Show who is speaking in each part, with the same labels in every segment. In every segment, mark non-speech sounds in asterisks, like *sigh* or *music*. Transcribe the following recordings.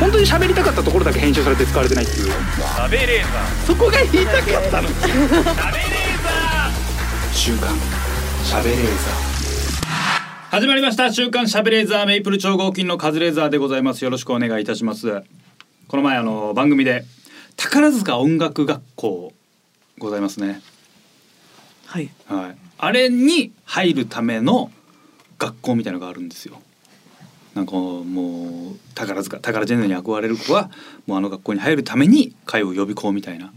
Speaker 1: 本当に喋りたかったところだけ編集されて使われてないっていう
Speaker 2: 食べレーザ
Speaker 1: そこが言いたかったの
Speaker 2: ー食べレーザ
Speaker 1: 週刊喋れー
Speaker 2: ー始まりました週刊しゃべレーザーメイプル超合金のカズレーザーでございますよろしくお願いいたしますこの前あの番組で宝塚音楽学校ございますね
Speaker 3: はい。
Speaker 2: はい、あれに入るための学校みたいのがあるんですよ。なんかもう宝塚宝ジェネに憧れる子はもうあの学校に入るために通う予備校みたいな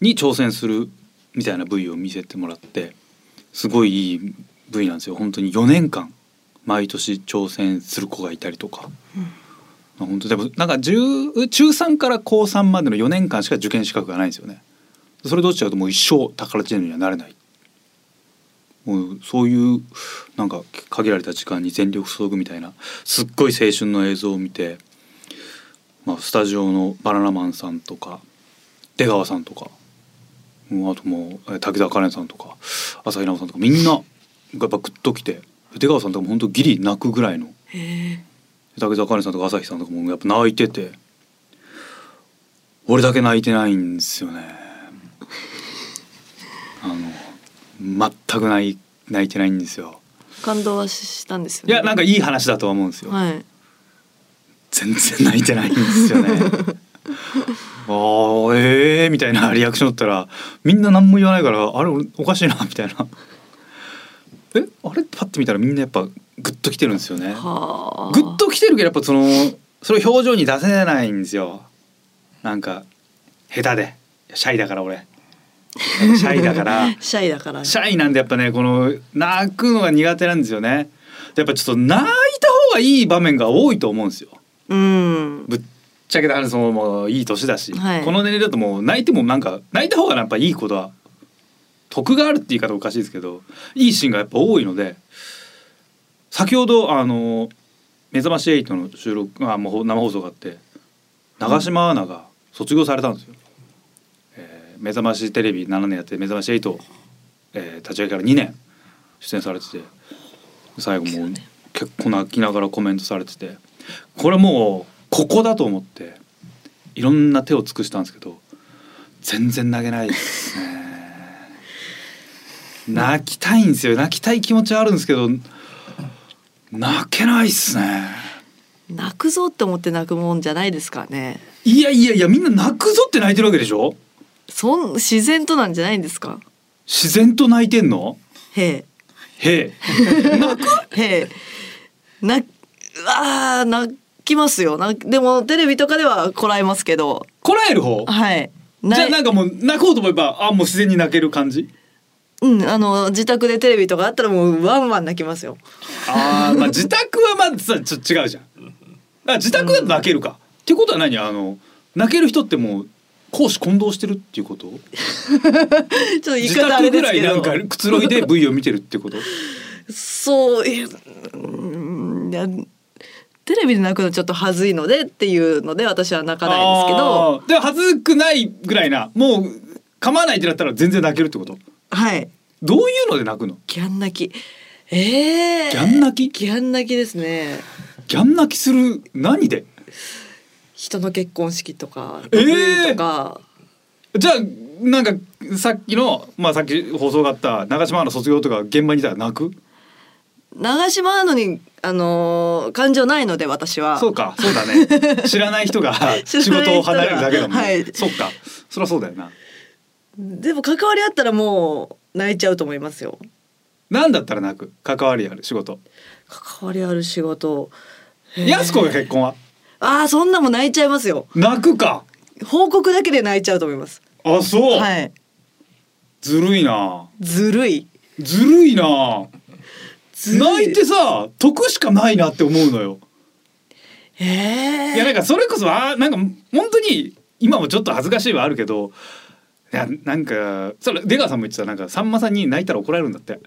Speaker 2: に挑戦するみたいな部位を見せてもらってすごいいい部位なんですよ本当に4年間毎年挑戦する子がいたりとか、まあ本当でもなんか10中3から高3までの4年間しか受験資格がないんですよね。それで落ちちゃうともう一生宝ジェネにはなれないもうそういうなんか限られた時間に全力注ぐみたいなすっごい青春の映像を見て、まあ、スタジオのバナナマンさんとか出川さんとかもうあともうえー滝沢カレンさんとか朝日奈央さんとかみんながやっぱグッときて出川さんとかも本当ギリ泣くぐらいの
Speaker 3: へえ。
Speaker 2: 滝沢カレンさんとか朝日さんとかもやっぱ泣いてて俺だけ泣いてないんですよねあの全く泣い泣いてないんですよ
Speaker 3: 感動はしたんですよ
Speaker 2: い
Speaker 3: ね。
Speaker 2: やなんかいい話だとは思うんですよ、
Speaker 3: はい。
Speaker 2: 全然泣いてないんですよね *laughs* あーええー、みたいなリアクションだったらみんな何も言わないからあれ俺おかしいなみたいなえあれパッて見たらみんなやっぱグッときてるんですよね
Speaker 3: はあ。
Speaker 2: グッときてるけどやっぱそのそれを表情に出せないんですよなんか下手でシャイだから俺シャイだから
Speaker 3: *laughs* シャイだから。
Speaker 2: シャイなんでやっぱねこの泣くのが苦手なんですよねでやっぱちょっと泣いた方がいい場面が多いと思うんですよ
Speaker 3: うん。
Speaker 2: ぶっちゃけた話そのもういい年だし、
Speaker 3: はい
Speaker 2: この年齢だともう泣いてもなんか泣いた方がやっぱいいことは得があるって言い方おかしいですけどいいシーンがやっぱ多いので先ほどあの「目覚まし8」の収録あもう生放送があって長島アナが卒業されたんですよ。えー目覚ましテレビ7年やって「目覚まし8」えー立ち上げから2年出演されてて最後もう結構泣きながらコメントされててこれもうここだと思っていろんな手を尽くしたんですけど全然投げないですね泣きたいんですよ泣きたい気持ちはあるんですけど泣けないっすね
Speaker 3: 泣くぞって思って泣くもんじゃないですからね。
Speaker 2: いやいやいやみんな泣くぞって泣いてるわけでしょ
Speaker 3: そん自然となんじゃないんですか。
Speaker 2: 自然と泣いてんの
Speaker 3: へ
Speaker 2: へ
Speaker 3: え。へえ。な。ああ、泣きますよ。な、でもテレビとかではこらえますけど。
Speaker 2: えこらえる方
Speaker 3: はい。
Speaker 2: じゃあなん
Speaker 3: か。
Speaker 2: かもう泣こうと思えばあもう自然に泣ける感じ
Speaker 3: うん、あの自宅でテレビとかあったらもうワンワン泣きますよ。
Speaker 2: あーまあ自宅はまずさちょっと違うじゃんあ自宅だと泣けるか、ってことは何あの泣ける人ってもう公私混同してるっていうこと
Speaker 3: ちょっと言い
Speaker 2: 自
Speaker 3: 方あ
Speaker 2: 宅ぐ
Speaker 3: れです
Speaker 2: らい
Speaker 3: け
Speaker 2: なん
Speaker 3: ど。
Speaker 2: かくつろいで V を見てるってこと
Speaker 3: そういやうんいやテレビで泣くのちょっと恥ずいのでっていうので私は泣かないんですけど
Speaker 2: あーでも恥ずくないぐらいなもう構わないってなったら全然泣けるってこと
Speaker 3: はい
Speaker 2: どういうので泣くの
Speaker 3: ギャン泣きえー、
Speaker 2: ギャン泣き
Speaker 3: ギャン泣きですね
Speaker 2: ギャン泣きする何で
Speaker 3: 人の結婚式とか
Speaker 2: えー
Speaker 3: ー、とか
Speaker 2: じゃあなんかさっきの、まあ、さっき放送があった長島の卒業とか現場にいたら泣く
Speaker 3: 長島なのにあのー感情ないので私は
Speaker 2: そうか、そうだね。
Speaker 3: *laughs*
Speaker 2: 知らない人が
Speaker 3: 知らない
Speaker 2: 仕
Speaker 3: 人が
Speaker 2: 事を離れるだけだもんね。
Speaker 3: はい
Speaker 2: そっか、そりゃそうだよな。
Speaker 3: でも関わりあったらもう泣いちゃうと思いますよ
Speaker 2: なんだったら泣く、関わりある仕事。
Speaker 3: 関わりある仕事
Speaker 2: やす子が結婚は
Speaker 3: ああそんなもん泣いちゃいますよ
Speaker 2: 泣くか。
Speaker 3: 報告だけで泣いちゃうと思います
Speaker 2: あ、そう。
Speaker 3: はい
Speaker 2: ずるいな。
Speaker 3: ずるい
Speaker 2: ずるいな。
Speaker 3: ずる
Speaker 2: 泣いてさ、得しかないなって思うのよ。
Speaker 3: ええ
Speaker 2: いやなんかそれこそあーなんか本当に今もちょっと恥ずかしいはあるけどいやなんかそれ出川さんも言ってたなんかさんまさんに泣いたら怒られるんだって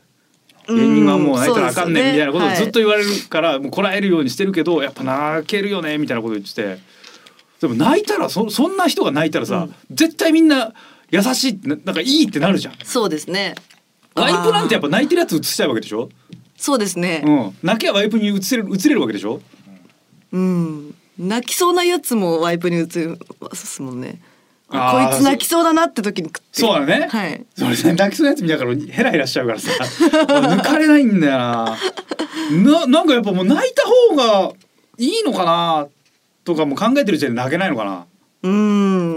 Speaker 2: 芸
Speaker 3: うん
Speaker 2: 人はもう泣いたらあかんねんみたいなことを
Speaker 3: そ
Speaker 2: ず
Speaker 3: うですよね
Speaker 2: っと言われるから、もうこらえるようにしてるけどやっぱ泣けるよねみたいなこと言っててでも泣いたらそそんな人が泣いたらさ、絶対みんな優しいってななんかいいってなるじゃん。
Speaker 3: そうですね
Speaker 2: ワイプなんてやっ
Speaker 3: ぱ
Speaker 2: ぱ泣いてるやつ映しちゃうわけでしょ、
Speaker 3: そうですね
Speaker 2: うん、泣けばワイプに映せる映れるわけでしょ
Speaker 3: うん、泣きそうなやつもワイプに映すもんね
Speaker 2: あー
Speaker 3: こいつ泣きそうだなって時にくっつい
Speaker 2: そうだね。
Speaker 3: はい
Speaker 2: それね、泣きそうなやつ見ながらヘラヘラしちゃうからさ、抜かれないんだよな。ななんかやっぱもう泣いた方がいいのかなとかも考えてる時点で泣けないのかな。
Speaker 3: うー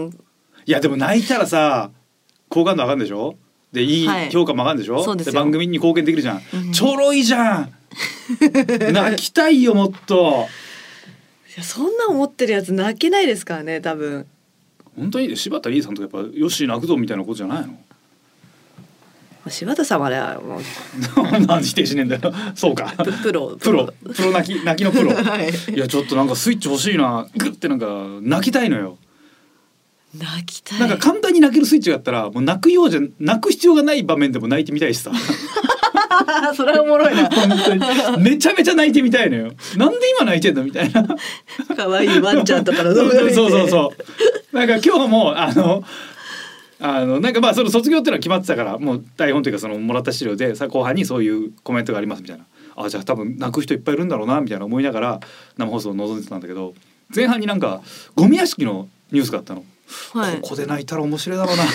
Speaker 3: ん
Speaker 2: いやでも泣いたらさ、好感度上がるんでしょ。でいい
Speaker 3: はい
Speaker 2: 評価も上がるんでしょ。
Speaker 3: そうですよ
Speaker 2: 番組に貢献できるじゃん。
Speaker 3: うん
Speaker 2: ちょろいじゃ
Speaker 3: *laughs*
Speaker 2: ん。泣きたいよもっと。
Speaker 3: いやそんなん思ってるやつ泣けないですからね多分
Speaker 2: 本当に柴田理恵さんとかやっぱよし泣くぞみたいなことじゃないの。
Speaker 3: 柴田さんはあれはもう
Speaker 2: なんで否定しねえんだよ。そうか。
Speaker 3: ププロ
Speaker 2: プロプロ泣き泣きのプロ。
Speaker 3: *laughs* はい
Speaker 2: いやちょっとなんかスイッチ欲しいなグッてなんか泣きたいのよ、
Speaker 3: 泣きたい
Speaker 2: なんか簡単に泣けるスイッチがあったらもう泣くようじゃ泣く必要がない場面でも泣いてみたいしさ
Speaker 3: *laughs* それはおもろいな
Speaker 2: 本当にめちゃめちゃ泣いてみたいのよなんで今泣いてんのみたいな
Speaker 3: 可愛いワンちゃんとか
Speaker 2: そ
Speaker 3: の動
Speaker 2: う
Speaker 3: 画見て
Speaker 2: そうそうそうなんか今日もあのあのなんかまあその卒業ってのは決まってたからもう台本というかそのもらった資料でさ後半にそういうコメントがありますみたいなあじゃあ多分泣く人いっぱいいるんだろうなみたいな思いながら生放送を望んでたんだけど前半になんかゴミ屋敷のニュースがあったの。
Speaker 3: はい
Speaker 2: ここで泣いたら面白いだろうな。 *laughs* い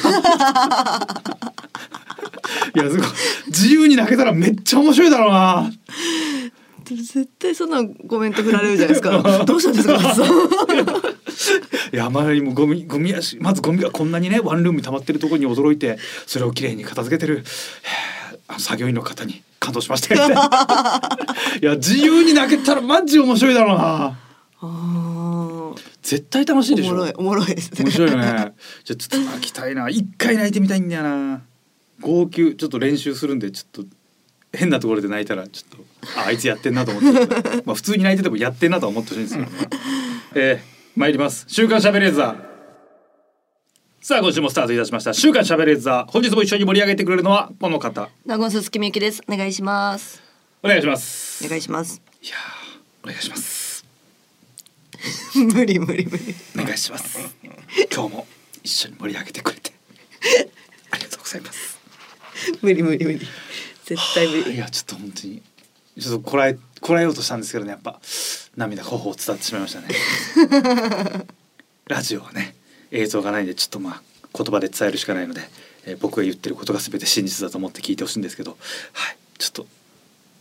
Speaker 2: やすごい自由に泣けたらめっちゃ面白いだろうな。
Speaker 3: 絶対そんなコメント振られるじゃないです
Speaker 2: *laughs*
Speaker 3: かどうしたんですか松さん
Speaker 2: いやあまりにもゴミゴミやしまずゴミがこんなにねワンルームに溜まってるところに驚いてそれをきれいに片付けてる *sighs* へーあの作業員の方に感動しました。 *laughs* みたいないや自由に泣けたらマジ面白いだろうな。
Speaker 3: あー
Speaker 2: 絶対楽しいでし
Speaker 3: お
Speaker 2: ょ。
Speaker 3: もろいおもろいですね
Speaker 2: 面白い
Speaker 3: *laughs*
Speaker 2: よね。じゃあちょっと泣きたいな。一回泣いてみたいんだよな。号泣ちょっと練習するんでちょっと変なところで泣いたらちょっとああいつやってんなと思って。まあ普通に泣いててもやってんなとは思ってほしいんですけど、ね。えー、参ります。週刊しゃべれーザー。さあ今週もスタートいたしました週刊しゃべれーザー。本日も一緒に盛り上げてくれるのはこの方。
Speaker 3: 名古屋鈴木みゆきですお願いします
Speaker 2: お願いします。
Speaker 3: お願いします
Speaker 2: いやーお願いします。
Speaker 3: 無理無理無理
Speaker 2: お願いします。今日も一緒に盛り上げてくれてありがとうございます。
Speaker 3: 無理無理無理絶対無
Speaker 2: い
Speaker 3: 理
Speaker 2: やちょっと本当にちょっとこらえこらえようとしたんですけどねやっぱ涙が頬を伝ってしまいましたね
Speaker 3: *laughs*
Speaker 2: ラジオはね映像がないんでちょっとまあ言葉で伝えるしかないので、えー僕が言ってることが全て真実だと思って聞いてほしいんですけどはいちょっと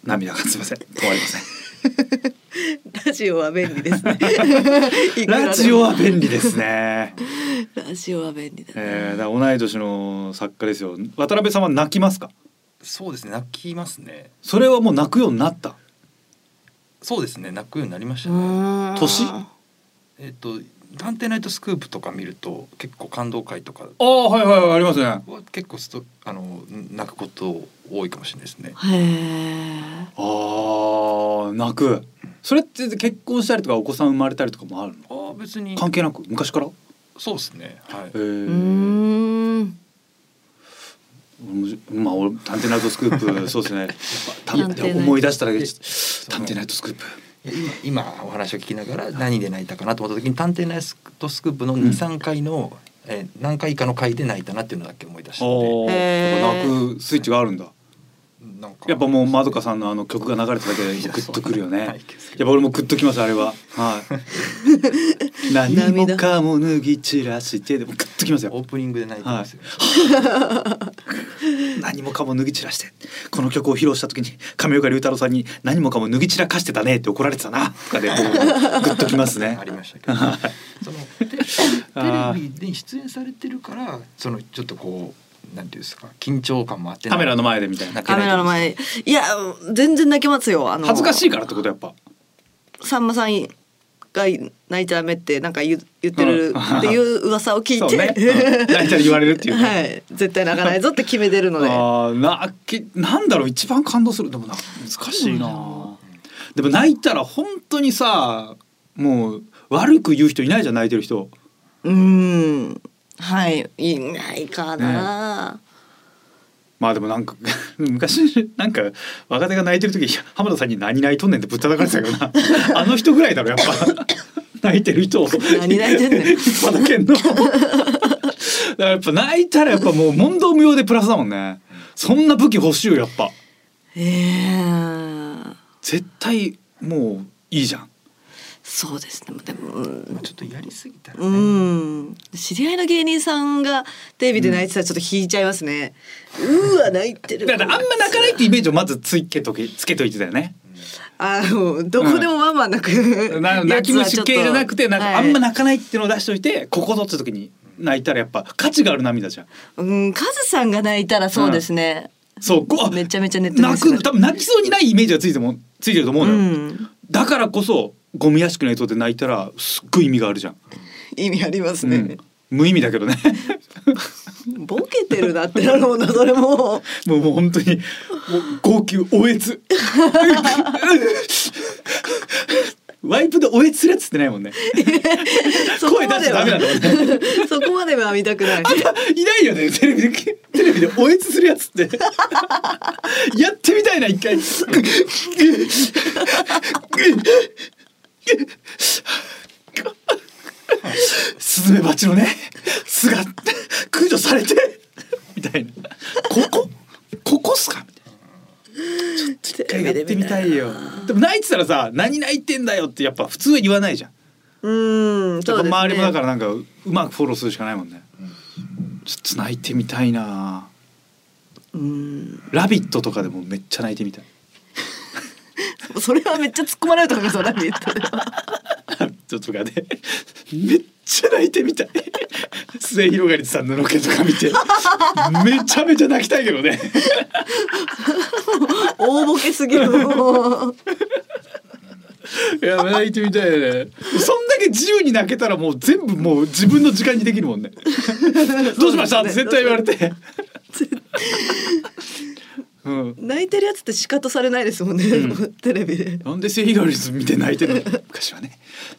Speaker 2: 涙がすいません止まりません
Speaker 3: ラジオは便利で
Speaker 2: *laughs*
Speaker 3: すねいくらでも
Speaker 2: ラジオは便利ですね、
Speaker 3: ラジオは便利だね、
Speaker 2: えー、だから同い年の作家ですよ渡辺さんは泣きますか
Speaker 4: そうですね泣きますね
Speaker 2: それはもう泣くようになった
Speaker 4: そうですね泣くようになりました
Speaker 3: う
Speaker 4: ね
Speaker 3: ーん
Speaker 2: 年
Speaker 4: えっ、と「探偵ナイトスクープ」とか見ると結構感動会とか
Speaker 2: ああはいはいありますね
Speaker 4: は結構ストあの泣くこと多いかもしれないですね
Speaker 3: へえ
Speaker 2: ああ泣くそれって結婚したりとかお子さん生まれたりとかもあるの
Speaker 4: あー別に
Speaker 2: 関係なく昔からへ
Speaker 4: そうですねはい
Speaker 2: え
Speaker 3: うーん
Speaker 2: 俺もじまあ俺「探偵ナイトスクープ」そうですねやっぱ探
Speaker 3: 探偵ナイト
Speaker 2: 思い出しただけでちょっと「
Speaker 4: そ
Speaker 2: 探
Speaker 4: の
Speaker 2: 偵ナイトスクープ
Speaker 4: いや今今お話を聞きながら何で泣いたかなと思った時に「探偵ナイトスクープ」の
Speaker 2: うん
Speaker 4: 23回の、えー何回かの回で泣いたなっていうのだけ思い出」したの
Speaker 2: おー
Speaker 3: へー
Speaker 2: やっぱ泣くスイッチがあるんだ
Speaker 4: でなんか
Speaker 2: やっぱもうまどかさんのあの曲が流れただけでグッとくるよね
Speaker 4: い
Speaker 2: や
Speaker 4: や
Speaker 2: っ
Speaker 4: そうですね
Speaker 2: ぱ俺もグッときますあれははい何もかも脱ぎ散らしてでもグッときますよ
Speaker 4: オープニングで泣いてますよ、
Speaker 2: 何もかも脱ぎ散らしてこの曲を披露した時に亀岡龍太郎さんに「何もかも脱ぎ散らかしてたね」って怒られてたなとかでこうグッときますね
Speaker 4: あ。りましたけど、そのテテ
Speaker 2: *laughs* あー
Speaker 4: レビで出演されてるからそのちょっとこうなんていうんですか緊張感もあって
Speaker 2: カメラの前でみたいな
Speaker 4: 泣け
Speaker 3: カ
Speaker 4: ない
Speaker 3: メラの前いや全然泣けますよあの
Speaker 2: 恥ずかしいからってことやっぱ。
Speaker 3: さんまさんが泣いちゃダメってなんか言う言ってるっていう噂を聞い
Speaker 2: そう
Speaker 3: て、
Speaker 2: ね。うん泣いたら言われるっていうね。
Speaker 3: *laughs* はい絶対泣かないぞって決めてるので
Speaker 2: *laughs* ああなきなんだろう一番感動するでもな難しいな。でも泣いたら本当にさもう悪く言う人いないじゃん泣いてる人。
Speaker 3: うーんはいいないかな、
Speaker 2: まあでもなんか *laughs* 昔なんか若手が泣いてる時浜田さんに「何泣いとんねん」ってぶったたかれてたけ
Speaker 3: *laughs*
Speaker 2: どなあの人ぐらいだろやっぱ泣いてる人を
Speaker 3: 何泣いてんね
Speaker 2: *laughs*
Speaker 3: ん
Speaker 2: 引っ張けんのだからやっぱ泣いたらやっぱもう問答無用でプラスだもんねそんな武器欲しいよやっぱ
Speaker 3: ええー
Speaker 2: 絶対もういいじゃん
Speaker 3: そうですねでもうん
Speaker 4: まあ、ちょっとやりすぎたら
Speaker 3: う
Speaker 4: ね、
Speaker 3: ん知り合いの芸人さんがテレビで泣いてたらちょっと引いちゃいますね、うわ泣いてる
Speaker 2: だからあんま泣かないってイメージをまずつけとけつけといてたよね。
Speaker 3: あのどこでもまあまあ泣く、
Speaker 2: な泣き虫系じゃなくてなんかあんま
Speaker 3: な
Speaker 2: 泣かないっていうのを出しといてここぞって時に泣いたらやっぱ価値がある涙じゃん。
Speaker 3: うんカズさんが泣いたらそうですね、
Speaker 2: そうこう
Speaker 3: めちゃめちゃネットニュー
Speaker 2: 泣
Speaker 3: スにな
Speaker 2: く
Speaker 3: る
Speaker 2: 多分泣きそうにないイメージがついてもついてると思う
Speaker 3: う
Speaker 2: のよ。
Speaker 3: ん、
Speaker 2: だからこそゴミ屋敷の映像で泣いたらすっごい意味があるじゃん。
Speaker 3: 意味ありますね、
Speaker 2: うん、無意味だけどね。 *laughs*
Speaker 3: ボケてるなってなるもんなそれも
Speaker 2: もうもう本当にもう号泣おえ
Speaker 3: *laughs*
Speaker 2: つ。ワイプでおえつするやつってないもんね。
Speaker 3: そこま
Speaker 2: *laughs* 声出し
Speaker 3: では
Speaker 2: ちゃダメなん
Speaker 3: そこまでは見たくない
Speaker 2: *laughs* いないよねテレビでテレビでおえつするやつって *laughs* やってみたいな一回スズメバチのね巣が駆除されてみたいなここここっすかみたいな
Speaker 3: テ
Speaker 2: 一回やってみたいよでも泣いてたらさ何泣いてんだよってやっぱ普通は言わないじゃん
Speaker 3: うん
Speaker 2: や
Speaker 3: そ
Speaker 2: っ
Speaker 3: う
Speaker 2: ぱ
Speaker 3: ですね
Speaker 2: 周りもだからなんかうまくフォローするしかないもんねちょっと泣いてみたいな
Speaker 3: うん
Speaker 2: ラビットとかでもめっちゃ泣いてみたい。
Speaker 3: それはめっちゃ突っ込まれるとかそれ何言ってる
Speaker 2: ラビットとかでめっちゃ泣いてみたい。末広がりさんのロケとか見てめちゃめちゃ泣きたいけどね。
Speaker 3: 大ボケすぎるもう
Speaker 2: いや泣いてみたいよね。そんだけ自由に泣けたらもう全部もう自分の時間にできる *laughs* もんね。どうしましたって絶対言われ *laughs* て。うん。
Speaker 3: 泣いてるやつって仕方されないですもんね、
Speaker 2: う
Speaker 3: テレビで
Speaker 2: なんで末広がりさん見て泣いてるの昔はね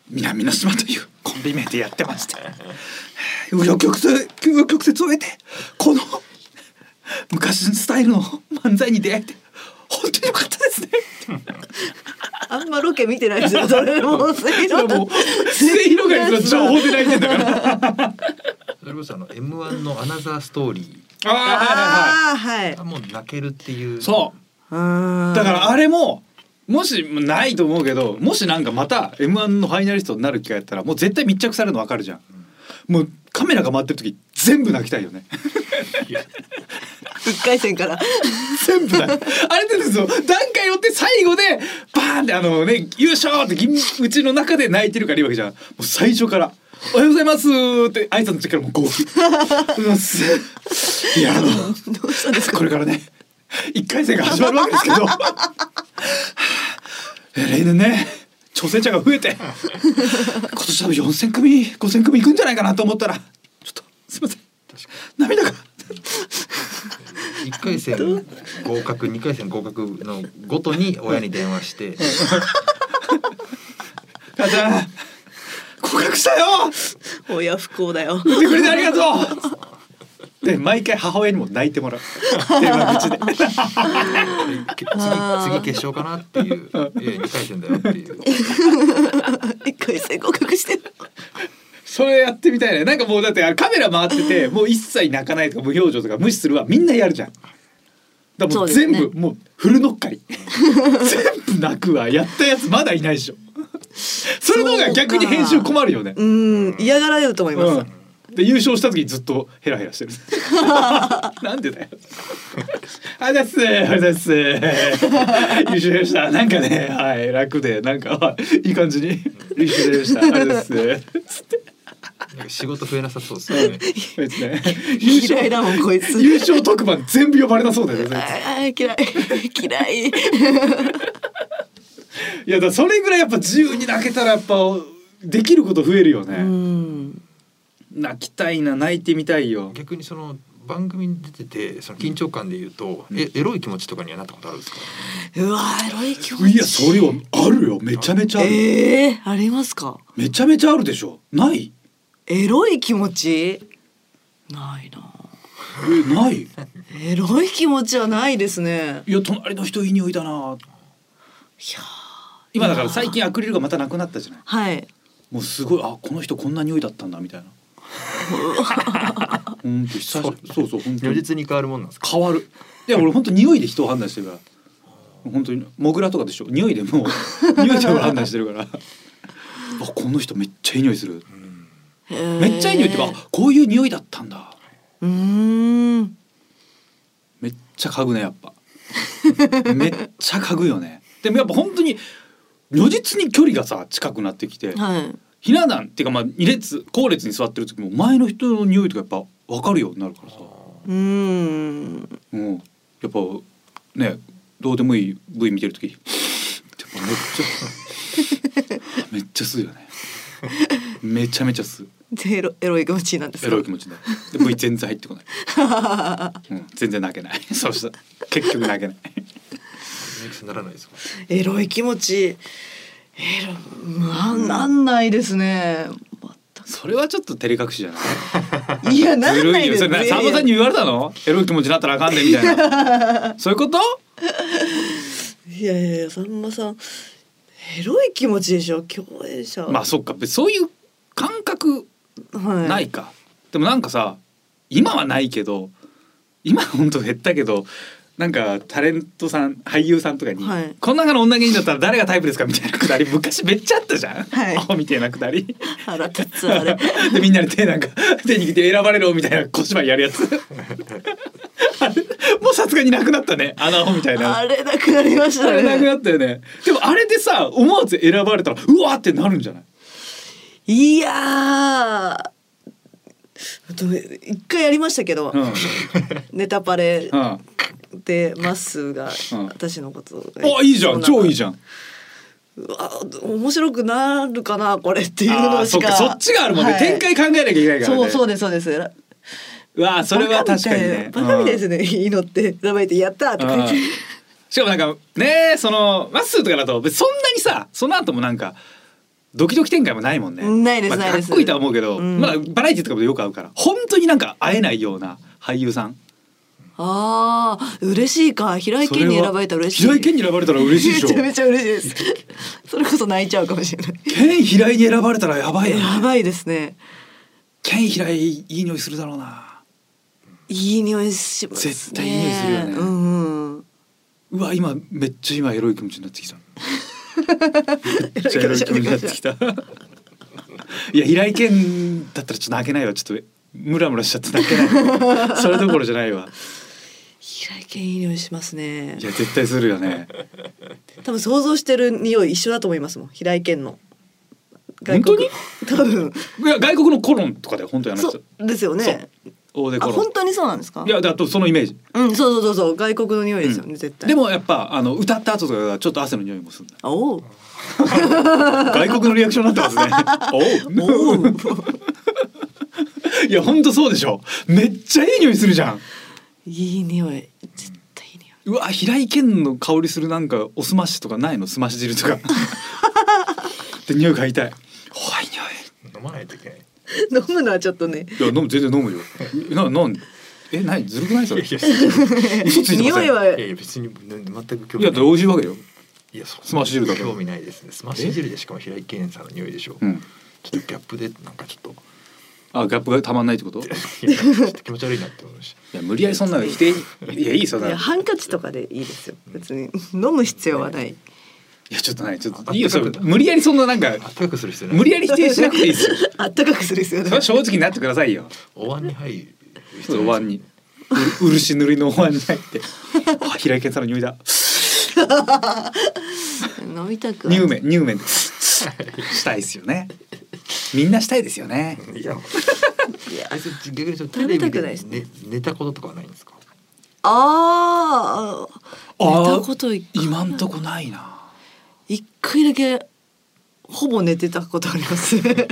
Speaker 2: 南の島というコンビ名でやってました。紆余曲折紆余曲折を得てこの昔のスタイルの漫才に出会えて本当に良かったですね。
Speaker 3: あんまロケ見てないですよそれもう末
Speaker 2: *laughs* いや
Speaker 3: 広
Speaker 2: もう末広がりの情報で泣いてんだから。
Speaker 4: それこそあの M1 のアナザーストーリ
Speaker 2: ああはいはい
Speaker 3: *laughs* ああはい
Speaker 4: ー、あもう泣けるっていう。
Speaker 2: そう。
Speaker 3: うん
Speaker 2: だからあれももしないと思うけどもしなんかまた m 1のファイナリストになる機会やったらもう絶対密着されるの分かるじゃん。もうカメラが回ってる時全部泣きたいよね
Speaker 3: 一回戦から
Speaker 2: 全部泣きあれってですよ段階を追って最後でバーンってあのね優勝って銀うちの中で泣いてるからいいわけじゃんもう最初から「おはようございます」って挨拶の時からもう号泣おはようございますいやあの
Speaker 3: どうしたんですか
Speaker 2: これからね一回戦が始まるわけですけどはあ例年ね挑戦者が増えて今年多分4,000組5,000組いくんじゃないかなと思ったらちょっとすいません涙が
Speaker 4: 一回戦合格、二回戦合格のごとに親に電話
Speaker 3: *laughs*
Speaker 4: して。
Speaker 2: 母ちゃん告白したよ
Speaker 3: 親不幸だよ
Speaker 2: 言ってくれてありがとうで毎回母親にも泣いてもらう電話口で
Speaker 4: け
Speaker 3: あー
Speaker 4: 次次決勝かなっていう、ええ、二回戦だよっていう。
Speaker 3: 一回戦合格してる
Speaker 2: それやってみたいねなんかもうだってあれカメラ回っててもう一切泣かないとか無表情とか無視するはみんなやるじゃんだからもう
Speaker 3: そうです
Speaker 2: 全
Speaker 3: ね
Speaker 2: 部もうフル乗っかり全部泣くわやったやつまだいないでしょそれの方が逆に編集困るよね
Speaker 3: うん嫌がられると思います、
Speaker 2: うん、で優勝した時にずっとヘラヘラ *laughs* してるなんでだよあざっすあざっす優勝しましたなんかねはい楽でなんかはいい感じに優勝しましたあざっす
Speaker 4: なんか仕事増えなさそうですよね。
Speaker 2: 別ね
Speaker 3: 嫌いだもんこいつ
Speaker 2: 優勝特番全部呼ばれなそうだよね
Speaker 3: あ
Speaker 2: 絶対
Speaker 3: ー嫌い嫌い
Speaker 2: いやだからそれぐらいやっぱ自由に泣けたらやっぱできること増えるよ
Speaker 3: う
Speaker 2: ね
Speaker 3: ん
Speaker 2: 泣きたいな泣いてみたいよ
Speaker 4: 逆にその番組に出ててその緊張感で言うと、えエロい気持ちとかにはなったことあるんですか。
Speaker 3: うわーエロい気持ち
Speaker 2: いやそれはあるよめちゃめちゃある、
Speaker 3: えー、ありますか
Speaker 2: めちゃめちゃあるでしょない
Speaker 3: エロい気持ちないな
Speaker 2: えないい
Speaker 3: エロい気持ちはないですね
Speaker 2: や隣の人いい匂いだな今だから最近アクリルがまたなくなったじゃない
Speaker 3: はい
Speaker 2: もうすごいあこの人こんな匂いだったんだみたいなほんと久々そうそう本当
Speaker 4: 如
Speaker 2: に
Speaker 4: 実に変わるもんなんですか。
Speaker 2: 変わるいや俺本当匂いで人を判断してるから本当にモグラとかでしょ匂いでもう匂いで俺判断してるからわこの人めっちゃいい匂いする
Speaker 3: へー
Speaker 2: めっちゃいい匂いっていうかあこういう匂いだったんだ
Speaker 3: うーん
Speaker 2: めっちゃ嗅ぐねやっぱ *laughs* めっちゃ嗅ぐよねでもやっぱ本当に如実に距離がさ近くなってきて
Speaker 3: はい
Speaker 2: ひな壇っていうかまあ二列後列に座ってる時も前の人の匂いとかやっぱ分かるようになるからさ
Speaker 3: うーん
Speaker 2: うんやっぱねどうでもいい V 見てる時やっぱめっちゃめっちゃ吸うよねめちゃめちゃ吸う
Speaker 3: でエロエロい気持ちなんです
Speaker 2: エ
Speaker 3: か
Speaker 2: ロい気持ちになるで V 全然入
Speaker 3: *laughs*
Speaker 2: ってこない、うん、全然泣けないそうした結局泣けない
Speaker 4: ミックスにならないですか。
Speaker 3: エロい気持ちエロまあなんないです
Speaker 2: *laughs*
Speaker 3: ね
Speaker 2: それはちょっと照れ隠しじゃない
Speaker 3: いや *laughs* な
Speaker 2: ず
Speaker 3: ん
Speaker 2: る
Speaker 3: ないい
Speaker 2: よ
Speaker 3: で
Speaker 2: そ
Speaker 3: す
Speaker 2: れな
Speaker 3: ね
Speaker 2: さんまさんに言われたのエロい気持ちになったらあかんでみたい
Speaker 3: *laughs*
Speaker 2: なそういうこと
Speaker 3: いやいやいやさんまさんエロい気持ちでしょ共演者
Speaker 2: まあそっか別にそういう感覚
Speaker 3: はい
Speaker 2: ないか、でもなんかさ今はないけど今は本当減ったけどなんかタレントさん俳優さんとかに、
Speaker 3: はい
Speaker 2: この中の女芸人だったら誰がタイプですかみたいなくだり昔めっちゃあったじゃん、
Speaker 3: はい
Speaker 2: アホみたいなくだり
Speaker 3: 腹立
Speaker 2: *laughs*
Speaker 3: つあれ
Speaker 2: でみんなで手なんか手握って選ばれろみたいな小芝居やるやつあれもうさすがになくなったねあのアホみたいな
Speaker 3: あれなくなりまし
Speaker 2: あ
Speaker 3: た
Speaker 2: れなく
Speaker 3: ね
Speaker 2: なったよねでもあれでさ思わず選ばれたらうわーってなるんじゃない
Speaker 3: いやーどう一回やりましたけど、
Speaker 2: うん
Speaker 3: *laughs* ネタパレ
Speaker 2: うん
Speaker 3: でまっすーが
Speaker 2: うん
Speaker 3: 私のことを、
Speaker 2: おいいじゃん超いいじゃん
Speaker 3: うわ面白くなるかなこれっていう
Speaker 2: あ
Speaker 3: の
Speaker 2: ーそ
Speaker 3: し
Speaker 2: っ
Speaker 3: か
Speaker 2: かそっちがあるもんね、
Speaker 3: はい
Speaker 2: 展開考えなきゃいけないからね
Speaker 3: そうそうですそうです
Speaker 2: うわーそれは確かにね
Speaker 3: バカみたいです
Speaker 2: ね、
Speaker 3: ね、いいのってラバイってやったーと
Speaker 2: うん
Speaker 3: か言って
Speaker 2: しかもなんかねそのまっすーとかだと別にそんなにさその後もなんかドキドキ展開もないもんね
Speaker 3: ないです
Speaker 2: まあ
Speaker 3: ないです
Speaker 2: かっこいいとは思うけど、
Speaker 3: うん
Speaker 2: まあバラエティとかもよく会うから本当になんか会えないような俳優さん
Speaker 3: ああ嬉しいか平井
Speaker 2: それ
Speaker 3: 堅
Speaker 2: は
Speaker 3: に選ばれたら嬉しい
Speaker 2: 平井堅に選ばれたら嬉しいでしょ
Speaker 3: めちゃめちゃ *laughs* 嬉しいですそれこそ泣いちゃうかもしれない
Speaker 2: 剣平井に選ばれたらやばいね
Speaker 3: やばいですね
Speaker 2: 剣平井いい匂いするだろうない
Speaker 3: い匂いしますね
Speaker 2: 絶対いい匂いするよね
Speaker 3: うんうん
Speaker 2: うわ今めっちゃ今エロい気持ちになってきためっちゃエロい気持ち
Speaker 3: エロい気持ち
Speaker 2: に
Speaker 3: に
Speaker 2: な
Speaker 3: な
Speaker 2: っ
Speaker 3: ってて
Speaker 2: き
Speaker 3: き
Speaker 2: たいや平井堅だったらちょっと泣けないわちょっとムラムラしちゃって泣けないわそれどころじゃないわ
Speaker 3: 平井堅いい匂いしますね
Speaker 2: いや絶対するよね
Speaker 3: 多分想像してる匂い一緒だと思いますもん平井堅の本当に多分
Speaker 2: いや外国のコロンとかで本当にあの
Speaker 3: そ
Speaker 2: 人
Speaker 3: うですよね
Speaker 2: 大手
Speaker 3: あ
Speaker 2: コロ
Speaker 3: 本
Speaker 2: ン
Speaker 3: 当にそうなんですか
Speaker 2: いやだとそのイメージ
Speaker 3: うんそうそうそうそう外国の匂いですよね、絶対
Speaker 2: でもやっぱあの歌った後とかがちょっと汗の匂いもするんだ
Speaker 3: あおう
Speaker 2: 外国のリアクションになって
Speaker 3: *laughs*
Speaker 2: ますねお
Speaker 3: お
Speaker 2: う
Speaker 3: う
Speaker 2: *laughs* いや本当そうでしょめっちゃいい匂いするじゃん
Speaker 3: いい匂い絶対いい匂いう
Speaker 2: わ平井堅の香りするなんかおすましとかないのすまし汁と *laughs* かで匂い嗅いたい怖い匂い
Speaker 4: 飲まないといけない。
Speaker 3: 飲
Speaker 2: *laughs*
Speaker 3: むのはちょっとね
Speaker 2: いや飲む全然飲むよ。えななんえないずるくないそれ。
Speaker 4: いや
Speaker 2: 嘘
Speaker 4: いやい
Speaker 2: ついてません。
Speaker 3: *laughs* 匂い *laughs* はい
Speaker 4: やいや別に全く興
Speaker 2: いや
Speaker 4: 味
Speaker 2: だって美
Speaker 4: ない。
Speaker 2: 味しいわけよ。
Speaker 4: いやそこ
Speaker 2: スマッシュ汁だから
Speaker 4: 興味ないですね。スマッシュ汁でしかも平井堅さんの匂いでしょ。
Speaker 2: う
Speaker 4: ちょっ
Speaker 2: ん。
Speaker 4: とギャップでなんかちょっと
Speaker 2: あギャップがたまんないってこと？い
Speaker 4: いやちょっと気持ち悪いなって思いまし
Speaker 2: や無理やりそんなの否定いやいいそん
Speaker 3: い
Speaker 2: なの。
Speaker 3: や
Speaker 2: い
Speaker 3: ハンカチとかでいいですよ別に飲む必要はない
Speaker 2: やちょっとないちょっといいよ
Speaker 4: あ
Speaker 2: そ
Speaker 4: あ
Speaker 2: れ
Speaker 4: ったかく
Speaker 2: 無理やりそんななんか
Speaker 4: た。あったかくする必要ない。
Speaker 2: 無理やり否定しなくていいですよ。
Speaker 3: *laughs* あったかくする必要
Speaker 2: そ
Speaker 3: な
Speaker 2: れはい正直になってくださいよ。
Speaker 4: お椀に入る必
Speaker 2: そう
Speaker 4: 要
Speaker 2: お
Speaker 4: ないですよね
Speaker 2: 椀に。う漆塗りのお椀に入って。あ平井堅さんの匂いだ。
Speaker 3: 飲みたくは
Speaker 2: 乳 *laughs* 麺乳麺したいですよね。みんなしたいですよね。
Speaker 4: いや。
Speaker 3: いや
Speaker 4: あいつ逆にちょっと
Speaker 3: 食
Speaker 4: テレ
Speaker 3: べ
Speaker 4: ビ
Speaker 3: たくないで
Speaker 4: です寝寝たこととかはないんですか。
Speaker 3: あー
Speaker 2: あー
Speaker 3: 寝たこと一回
Speaker 2: 今んとこないな。
Speaker 3: 一回だけほぼ寝てたことありますね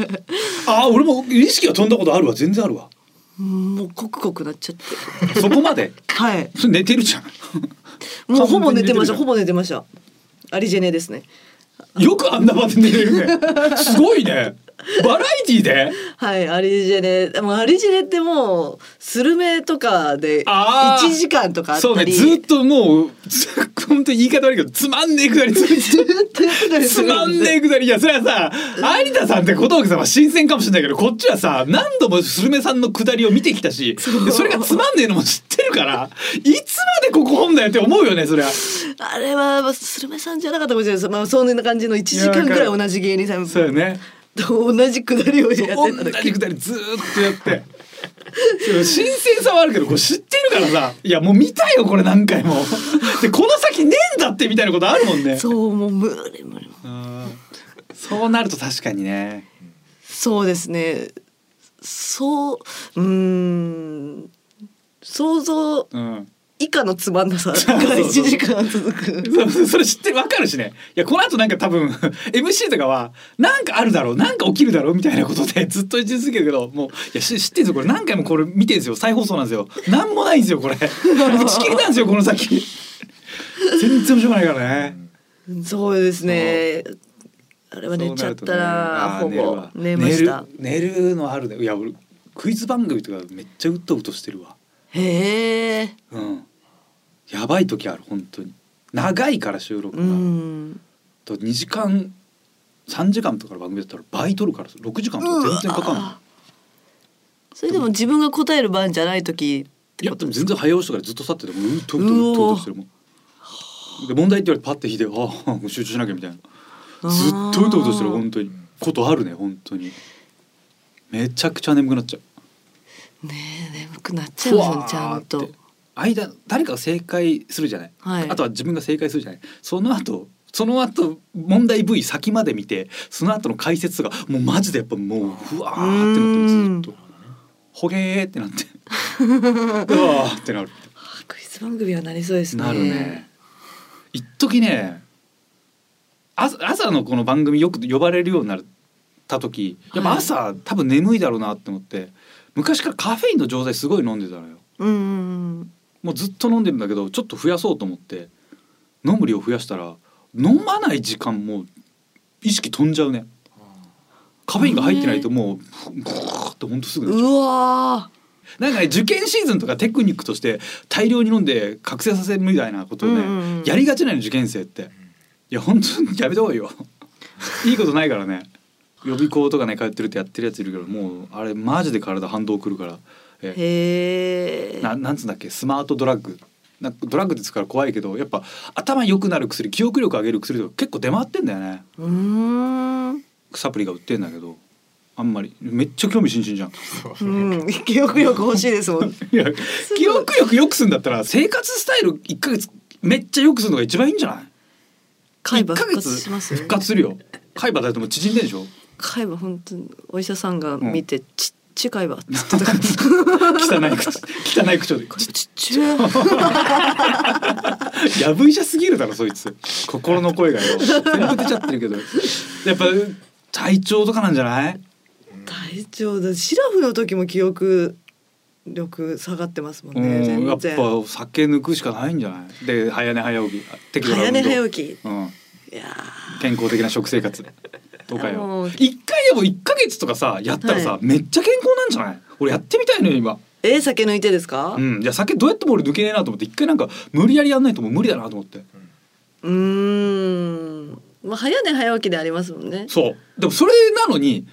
Speaker 2: あー俺も意識が飛んだことあるわ全然あるわ
Speaker 3: *laughs* もうコクコクなっちゃって
Speaker 2: そこまで
Speaker 3: はい
Speaker 2: それ *laughs* 寝てるじゃん
Speaker 3: もうほぼ寝てま
Speaker 2: 完全に寝
Speaker 3: した
Speaker 2: てる
Speaker 3: ほぼ寝てましたアリジェネですね
Speaker 2: *laughs* よくあんな場で寝れるねすごいねバラエティで
Speaker 3: はいアリジェネでもアリジェネってもうスルメとかで
Speaker 2: あー
Speaker 3: 1時間とかあっ
Speaker 2: そう
Speaker 3: た
Speaker 2: ね
Speaker 3: り
Speaker 2: ずっともうず本当に言い方悪いけどつまんねえくだりつ
Speaker 3: ずっとやってたりす
Speaker 2: つ
Speaker 3: る
Speaker 2: まん
Speaker 3: で
Speaker 2: ねえくだりいやそれはさ有田さんって小峠さんは新鮮かもしれないけどこっちはさ何度もスルメさんのくだりを見てきたしでそれがつまんねえのも知ってるからいつまでここ本だよって思うよねそりゃ。
Speaker 3: あれはスルメさんじゃなかったかもしれないです。まあそんな感じの1時間ぐらい同じ芸人さん
Speaker 2: そうよね。
Speaker 3: と同じくだりをやってた
Speaker 2: 同じくだりずーっとやってその新鮮さはあるけどこう知ってるからさいやもう見たよこれ何回もでこの先ねえんだってみたいなことあるもんね
Speaker 3: そうもう無理無理
Speaker 2: うんそうなると確かにね
Speaker 3: そうですねそううーん想像
Speaker 2: うん
Speaker 3: 以下のつまんなさが
Speaker 2: そうそう
Speaker 3: 1時間続く
Speaker 2: そ *laughs* それ知ってわかるしねいやこの後なんか多分 *laughs* MC とかはなんかあるだろうなんか起きるだろうみたいなことでずっと言い続けるけどもういやし知ってんすよこれ何回もこれ見てんすよ再放送なんですよなんもないんですよこれ *laughs* 打ち切りなんですよこの先全然面白くないからね
Speaker 3: そうですねあれは寝ちゃったら
Speaker 2: そ
Speaker 3: ほ
Speaker 2: うなるとね
Speaker 3: ぼ
Speaker 2: あー
Speaker 3: 寝
Speaker 2: るわ
Speaker 3: ました
Speaker 2: 寝る寝るのあるねいや俺クイズ番組とかめっちゃうとうとしてるわ
Speaker 3: へえ
Speaker 2: うんやばい時ある本当に長いから収録
Speaker 3: う
Speaker 2: が。
Speaker 3: ん
Speaker 2: と2時間3時間とかの番組だったら倍取るから6時間とか全然かかんな
Speaker 3: それでも自分が答える番じゃない時っ
Speaker 2: いい
Speaker 3: て
Speaker 2: や
Speaker 3: こ
Speaker 2: で
Speaker 3: と
Speaker 2: も
Speaker 3: で
Speaker 2: 全
Speaker 3: すか
Speaker 2: 然早押しとかでずっと立っててもううーとうとうとうとしてるもんで問題って言われてパッて引いてああ集中しなきゃみたいなずっとうとうとしてる
Speaker 3: あー
Speaker 2: 本当にことあるね本当にめちゃくちゃ眠くなっちゃう
Speaker 3: ねえ眠くなっちゃいますよねちゃん
Speaker 2: ふわー
Speaker 3: と
Speaker 2: って間誰かが正解するじゃない、
Speaker 3: はい
Speaker 2: あとは自分が正解するじゃないその後その後問題 V 先まで見てその後の解説とかもうマジでやっぱもうふわーってなってるずっとほげーってなって
Speaker 3: *laughs*
Speaker 2: うわーってなる
Speaker 3: クイズ番組はなりそうですね
Speaker 2: なるね一時ね朝朝のこの番組よく呼ばれるようになった時やっぱ朝、多分眠いだろうなって思って昔からカフェインの錠剤すごい飲んでたのよ
Speaker 3: うんうんうん
Speaker 2: もうずっと飲んでるんだけどちょっと増やそうと思って飲む量増やしたら飲まない時間もう意識飛んじゃうねカフェインが入ってないともうブーってほんとすぐなっちゃう
Speaker 3: うわ
Speaker 2: なんかね受験シーズンとかテクニックとして大量に飲んで覚醒させるみたいなことをね、
Speaker 3: うんうんうん
Speaker 2: やりがちなの受験生っていや本当にやめた方がいいよいいことないからね予備校とかね通ってるとやってるやついるけどもうあれマジで体反動くるからえ
Speaker 3: ーへえ
Speaker 2: ななんつうんだっけスマートドラッグなんかドラッグって使うから怖いけどやっぱ頭良くなる薬記憶力上げる薬とか結構出回ってんだよね
Speaker 3: うーん
Speaker 2: サプリが売ってんだけどあんまりめっちゃ興味津々じゃん
Speaker 3: うん記憶力欲しいですも *laughs*
Speaker 2: い
Speaker 3: ん
Speaker 2: や *laughs* 記憶力良くするんだったら生活スタイル1ヶ月めっちゃ良くするのが一番いいんじゃない
Speaker 3: 海馬
Speaker 2: 一ヶ
Speaker 3: 復
Speaker 2: 月
Speaker 3: 活しますよね
Speaker 2: 復活するよ海馬だってもう縮んでんでしょ
Speaker 3: 海馬本当にお医者さんが見て、ちっちゃい海馬って言ってたから *laughs*
Speaker 2: 汚い口 *laughs* 汚い口調で
Speaker 3: ちちっちゃい
Speaker 2: やぶ医者すぎるだろそいつ心の声がよ全部出ちゃってるけどやっぱ体調とかなんじゃない
Speaker 3: 大丈夫だシラフの時も記憶力下がってますもんね
Speaker 2: うん、や
Speaker 3: 全
Speaker 2: っぱ
Speaker 3: 然
Speaker 2: 酒抜くしかないんじゃないで早寝早起きあ適度な
Speaker 3: 早
Speaker 2: 運
Speaker 3: 寝
Speaker 2: 動
Speaker 3: 早起
Speaker 2: うん、
Speaker 3: きいや
Speaker 2: 健康的な食生活とか
Speaker 3: も
Speaker 2: よ
Speaker 3: う
Speaker 2: 一回でも一ヶ月とかさやったらさ、
Speaker 3: はい
Speaker 2: めっちゃ健康なんじゃない俺やってみたいのよ今
Speaker 3: ーえー酒抜いてですか
Speaker 2: う、んいや酒どうやっても俺抜けねえなと思って一回なんか無理やりやんないともう無理だなと思って
Speaker 3: うーんまあ早寝早起きでありますもんね
Speaker 2: そうでもそれなのに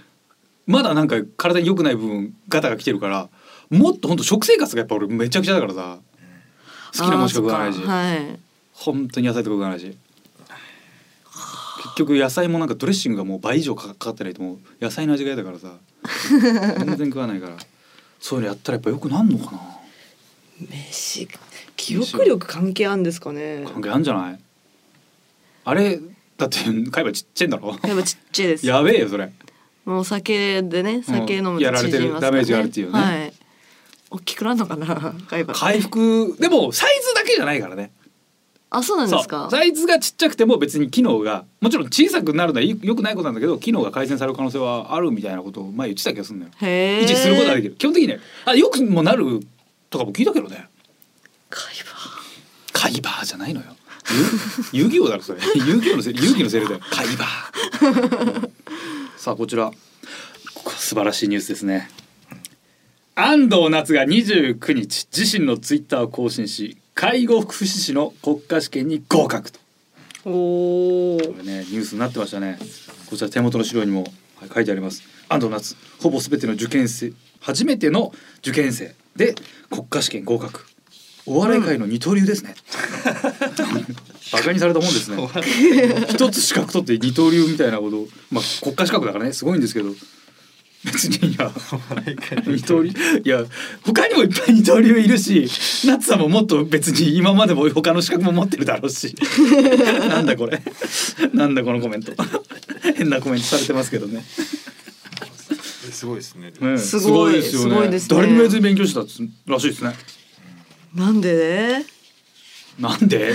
Speaker 2: まだなんか体に良くない部分ガタが来てるからもっと本当食生活がやっぱ俺めちゃくちゃだからさ好きなもんしか食わないし
Speaker 3: あーそっかはい
Speaker 2: 本当に野菜とか食わないし結局野菜もなんかドレッシングがもう倍以上かかってないともう野菜の味が嫌だからさ全然食わないからそういうのやったらやっぱよくなんのかな
Speaker 3: 飯記憶力関係あるんですかね
Speaker 2: 関係あんじゃないあれだって海馬ちっちゃいんだ
Speaker 3: *laughs*
Speaker 2: ろ
Speaker 3: やっぱちっちゃいです
Speaker 2: やべえよそれ
Speaker 3: もう酒でね酒飲む
Speaker 2: や
Speaker 3: と
Speaker 2: られてる
Speaker 3: 縮みますか
Speaker 2: ダ
Speaker 3: らね
Speaker 2: メージがあるっていうね
Speaker 3: はい大きくなるのか
Speaker 2: *laughs*
Speaker 3: な海馬
Speaker 2: 回復でもサイズだけじゃないからね
Speaker 3: あそうなんです
Speaker 2: そ
Speaker 3: か
Speaker 2: うサイズがちっちゃくても別に機能がもちろん小さくなるのはよよくないことなんだけど機能が改善される可能性はあるみたいなことを前言ってた気がするんだよ
Speaker 3: へえ
Speaker 2: 維持することができる基本的にねあよくもなるとかも聞いたけどね
Speaker 3: 海
Speaker 2: カイバーじゃないのよ遊遊戯王だろそれ遊戯王のせい遊戯のせいだよカイバーさあこちらここ素晴らしいニュースですね安藤夏が29日自身のツイッターを更新し介護福祉士の国家試験に合格と
Speaker 3: 馬おお
Speaker 2: これねニュースになってましたねこちら手元の資料にもはい書いてあります安藤夏ほぼ全ての受験生初めての受験生で国家試験合格お笑い界の二刀流ですね。バカにされたもんですね。一つ資格取って二刀流みたいなこと、まあ国家資格だからね、すごいんですけど。別にいや二刀流いや他にもいっぱい二刀流いるしナッツさんももっと別に今までも他の資格も持ってるだろうし *laughs* なんだこれなんだこのコメント *laughs* 変なコメントされてますけどね
Speaker 4: すごいですね。
Speaker 2: ね
Speaker 3: すごい
Speaker 2: ですよ
Speaker 3: すごいですね
Speaker 2: 誰にも別に勉強してたっつらしいですね
Speaker 3: なんでね
Speaker 2: なん
Speaker 3: *laughs*
Speaker 2: で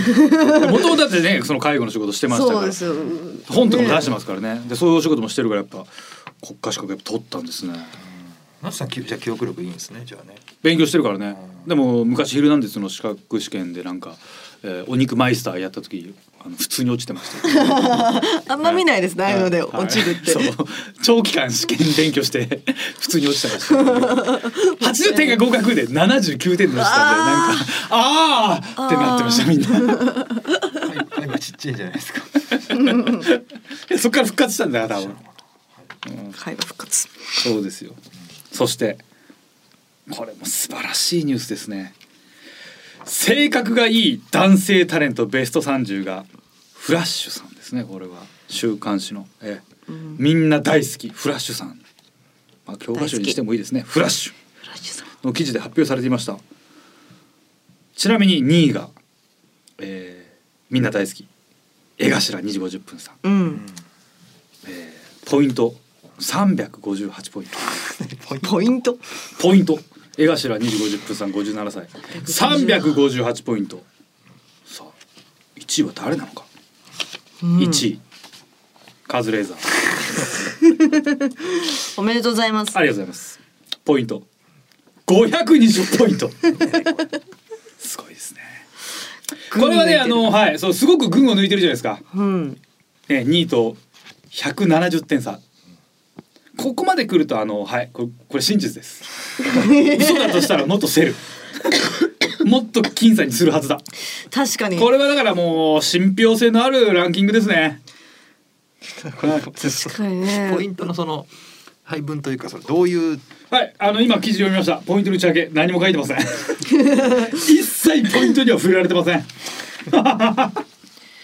Speaker 2: もともとだってねその介護の仕事してました
Speaker 3: そう
Speaker 2: から
Speaker 3: ですよ
Speaker 2: 本とかも出して
Speaker 3: ま
Speaker 2: ますからねでそういうお仕事もしてるからやっぱ国家資格やっぱ取ったんですね
Speaker 4: ナスさんきじゃあ記憶力いいんですね。じゃあね。
Speaker 2: 勉強してるからね
Speaker 4: うん
Speaker 2: でも昔「ヒルナンデス」の資格試験でなんか、えーお肉マイスターやった時あの普通に落ちてました
Speaker 3: あんま見ないですねああいうので
Speaker 2: はい
Speaker 3: 落ちるって、
Speaker 2: そう長期間試験勉強して *laughs* 普通に落ちてました80点が合格で79点でしたんでなんかあーってなってましたみんな
Speaker 4: はい今ちっちゃいじゃないですか。
Speaker 2: いやそっから復活したんだよ多分
Speaker 3: 会話復活
Speaker 2: そうですよそしてこれも素晴らしいニュースですね性格がいい男性タレントベスト30がフラッシュさんですねこれは週刊誌の、ええみんな大好きフラッシュさん、まあ、教科書にしてもいいですねフラッシュ
Speaker 3: フラッシュさん
Speaker 2: の記事で発表されていましたちなみに2位が、えーみんな大好き江頭2時50分さん
Speaker 3: うん
Speaker 2: えーポイント358ポイント
Speaker 3: ポイント
Speaker 2: ポイント江頭2時50分さん57歳358ポイントさあ1位は誰なのか、
Speaker 3: うん
Speaker 2: 1位カズレーザー
Speaker 3: おめでとうございます
Speaker 2: ありがとうございますポイント520ポイン
Speaker 3: *laughs*
Speaker 2: トすごいですねこれはねあのはいそうすごく群を抜いてるじゃないですか
Speaker 3: うん
Speaker 2: ね、2位と170点差ここまで来るとあのはいこれこれ真実です嘘だとしたらもっとせるもっと僅差にするはずだ
Speaker 3: 確かに
Speaker 2: これはだからもう信憑性のあるランキングですね
Speaker 3: 確かにね
Speaker 4: *laughs* ポイントのその配分というかそのどういう
Speaker 2: はいあの今記事読みましたポイントの内訳何も書いてません一切ポイントには触れられてません、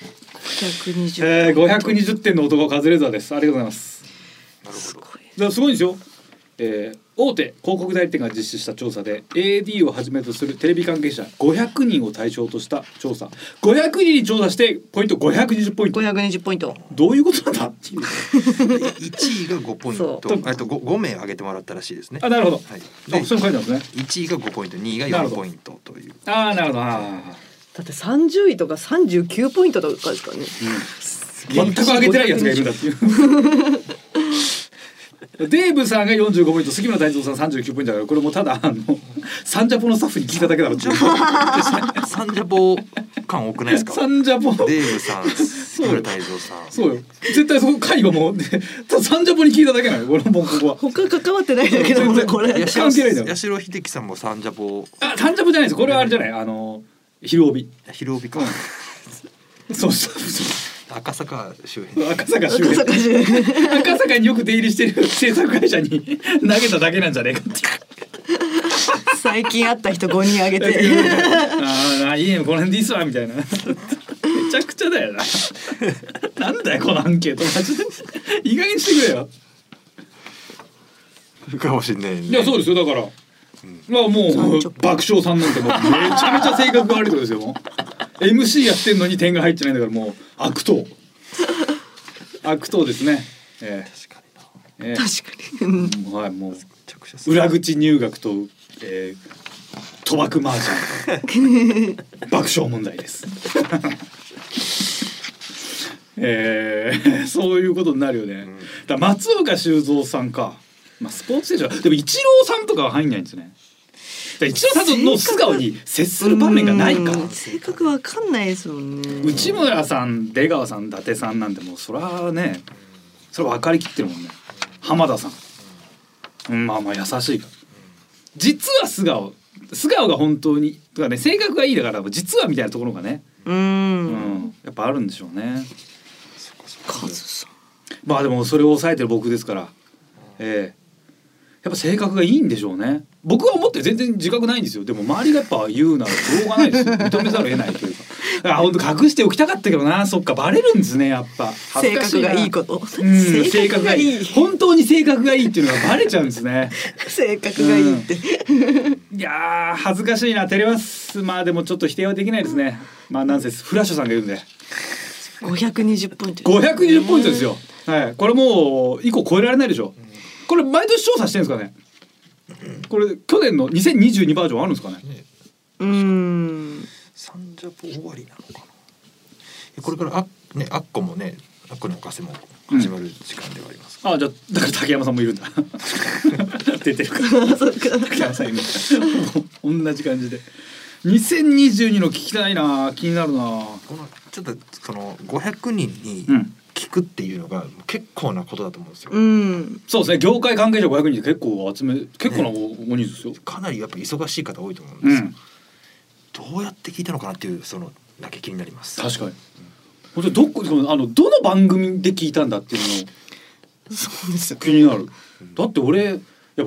Speaker 3: 120
Speaker 2: えー、520点の男カズレーザーですありがとうございます
Speaker 3: すごい
Speaker 2: だからすごいんですよ、えー大手広告代理店が実施した調査で AD をはじめとするテレビ関係者500人を対象とした調査500人に調査してポイント520ポイント
Speaker 3: 520ポイント
Speaker 2: どういうこと *laughs* なんだっていう
Speaker 4: 1位が5ポイント
Speaker 2: そう
Speaker 4: あと 5, 5名挙げてもらったらしいですね。
Speaker 2: あなるほど、
Speaker 4: はい。
Speaker 2: あ
Speaker 4: で
Speaker 2: それも書いてあるんですね
Speaker 4: 1位が5ポイント2位が
Speaker 2: なるほ
Speaker 4: 4
Speaker 2: ど
Speaker 4: ポイントという。
Speaker 2: ああなるほどあ
Speaker 3: だって30位とか39ポイントとかですからね
Speaker 2: ー全く上げてないやつがいるんだっていう *laughs* デーブさんが45ポイント杉村太蔵さん39ポイントだからこれもただあのサンジャポのスタッフに聞いただけだろうっていう
Speaker 4: サンジャポ感多くないですか。
Speaker 2: サンジャポ
Speaker 4: デーブさん、杉村太蔵さん。
Speaker 2: そうよ。絶対そこ介護も、 *laughs* ね、ただサンジャポに聞いただけなのよ。俺もここは。
Speaker 3: 他関わってないんだけど
Speaker 2: 全然
Speaker 3: これ
Speaker 2: 関係ないんだよ
Speaker 4: 八代秀樹さんもサンジャポ
Speaker 2: あ、サンジャポじゃないです。これはあれじゃない。あの昼帯。
Speaker 4: 広尾か
Speaker 2: そうそうそ
Speaker 4: 赤坂周 *laughs* 辺
Speaker 2: う。赤坂周
Speaker 3: 赤坂
Speaker 2: 辺。
Speaker 3: 市
Speaker 2: 赤坂によく出入りしてる制作会社に *laughs* 投げただけなんじゃねえか *laughs* っていう。
Speaker 3: 最近会った人5人あげて
Speaker 2: ああいいねこの辺でいいっすわみたいなめちゃくちゃだよななんだよこのアンケートマジでいい加減にしてくれよ
Speaker 4: かもしれないね
Speaker 2: いやそうですよだから、まあもう爆笑さんなんてもうめちゃめちゃ性格が悪いとですよもう MC やってんのに点が入ってないんだからもう悪党悪党ですねえ
Speaker 4: 確かになめ
Speaker 2: ええ
Speaker 3: 確かにうん
Speaker 2: えもうはいも
Speaker 4: ちゃくちゃ
Speaker 2: う裏口入学と、えー、賭博マージャン爆笑問題です。えー、そういうことになるよね。
Speaker 4: ん
Speaker 2: だから松岡修造さんか、まあ、スポーツ選手はでも一郎さんとかは入んないんですね。だから一郎さんとの素顔に接する場面がないか
Speaker 3: う。ん性格わかんないですもんね
Speaker 2: 内村さん出川さん伊達さんなんてもうそれはねそれ分かりきってるもんね浜田さん、うん、まあまあ優しいから実は素顔素顔が本当にとかね性格がいいだから実はみたいなところがね、
Speaker 3: う
Speaker 2: うんん、やっぱあるんでしょうね
Speaker 3: カズさん
Speaker 2: まあでもそれを抑えてる僕ですからええやっぱ性格がいいんでしょうね僕は思って全然自覚ないんですよでも周りがやっぱ言うならしょうがないですよ認めざるを得ないというかあ本当隠しておきたかったけどなそっかバレるんですねやっぱ恥
Speaker 3: 性
Speaker 2: ずかし
Speaker 3: 格
Speaker 2: な
Speaker 3: がいいこと。
Speaker 2: うん性格がいい
Speaker 3: 性格
Speaker 2: 本当に性格がいいっていうのがバレちゃうんですね
Speaker 3: 性格がいいって。
Speaker 2: いやー恥ずかしいな照れますまあでもちょっと否定はできないですねまあなんせフラッシュさんがいるんで
Speaker 3: 五百二十ポイント。
Speaker 2: 520ポイントですよはいこれもう以降超えられないでしょこれ毎年調査してるんですかねこれ去年の2022バージョンあるんですかね
Speaker 3: うーん。
Speaker 4: サンジャポ終わりなのかなこれからあねアッコもねアッコのおかせも始まる時間ではあります、
Speaker 2: あじゃあだから竹山さんもいるんだ *laughs* 出てるから竹山さんいるもう同じ感じで2022の聞きたいな気になるな
Speaker 4: このちょっとその500人に
Speaker 2: うん
Speaker 4: 聞くっていうのが結構なことだと思うんですよ、
Speaker 3: うん。
Speaker 2: そうですね業界関係者500人で結構集め結構な大人数ですよ、
Speaker 4: かなりやっぱ忙しい方多いと思うん
Speaker 2: う
Speaker 4: ですよ、
Speaker 2: ん
Speaker 4: どうやって聞いたのかなっていうそのだけ気になります
Speaker 2: 確かに本当にどこそのあのどの番組で聞いたんだっていうのを
Speaker 3: そうですよ。
Speaker 2: 気になる、だって俺やっぱ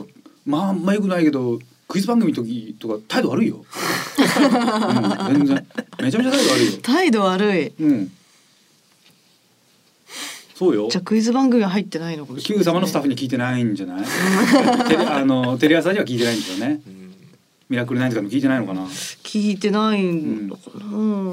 Speaker 2: まああんまよくないけどクイズ番組の時とか態度悪いよ、うん、全然めちゃめちゃ態度悪いよ
Speaker 3: 態度悪い。
Speaker 2: うんそうよ
Speaker 3: じゃあクイズ番組は入ってないのかもし
Speaker 2: Q
Speaker 3: れな
Speaker 2: 様
Speaker 3: いですね。
Speaker 2: のスタッフに聞いてないんじゃないテレあのテレ朝には聞いてないんですよね
Speaker 4: うん
Speaker 2: ミラクルナインとかにも聞いてないのかなやっ
Speaker 3: 聞いてないんだからな。うん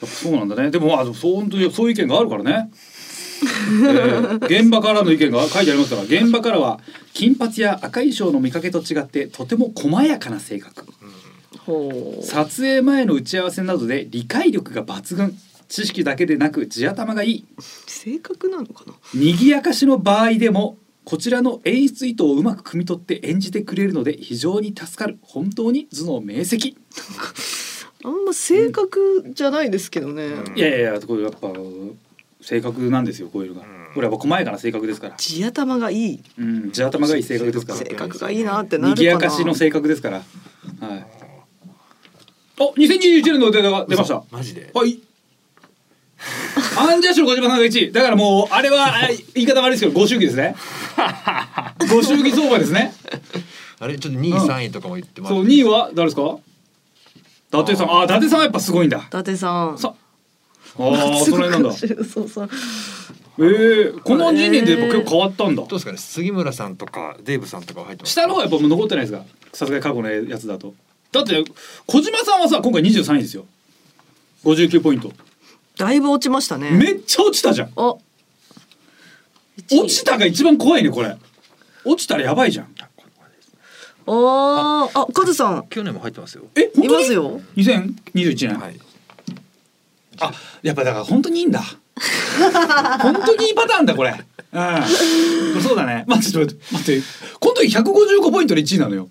Speaker 2: ぱそうなんだねでもあそう本当にそういう意見があるからねえー現場からの意見が書いてありますから現場からは金髪や赤い衣装の見かけと違ってとても細やかな性格
Speaker 3: ほう。
Speaker 2: 撮影前の打ち合わせなどで理解力が抜群知識だけでなく地頭がいい
Speaker 3: 性格なのかな。
Speaker 2: 賑やかしの場合でもこちらの演出意図をうまく汲み取って演じてくれるので非常に助かる本当に頭脳明晰
Speaker 3: あんま性格じゃないですけどね。
Speaker 4: うん
Speaker 2: いやいやいやこれやっぱ性格なんですよこういうのが
Speaker 4: うん
Speaker 2: これは細やかな性格ですから、
Speaker 3: 地頭がいい。
Speaker 2: うん、地頭がいい性格ですか
Speaker 3: 性
Speaker 2: ら
Speaker 3: 格がいいなってなるかな。
Speaker 2: 賑やかしの性格ですからはいお2021年のデータが出ました
Speaker 4: マジで
Speaker 2: はい。アンジャッシュの小島さんが1位。だからもう、あれは、あ言い方悪いですけど、ご祝儀ですね。ご祝儀相場ですね。
Speaker 4: あれちょっと2位
Speaker 2: うん
Speaker 4: 3位とかも言ってます
Speaker 2: そう、2位は誰ですか伊達さん。あ、伊達さんはやっぱすごいんだ。
Speaker 3: 伊達さん。
Speaker 2: さあ
Speaker 3: *laughs*
Speaker 2: ー、その辺なんだ。
Speaker 3: そうそう。
Speaker 2: ええこの2年でやっぱ結構変わったんだ
Speaker 4: どう。ですかね杉村さんとかデーブさんとかは入ってます
Speaker 2: 下の方はやっぱもう残ってないですかさすがに過去のやつだと。だって、小島さんはさ、今回23位ですよ。59ポイント。
Speaker 3: だいぶ落ちましたね。
Speaker 2: めっちゃ落ちたじゃん。
Speaker 3: あ。
Speaker 2: 落ちたが一番怖いね、これ。落ちたらやばいじゃん。
Speaker 3: あーあ、カズさん。
Speaker 4: 去年も入ってますよ
Speaker 2: え、本
Speaker 3: い
Speaker 2: 当
Speaker 3: ま
Speaker 2: に
Speaker 3: すよ。
Speaker 2: 2021年、
Speaker 4: はい
Speaker 2: あやっぱだから本当にいいんだ本当にいいパターンだこれうんそうだねまあちょっと待ってこの時155ポイントで1位なのよ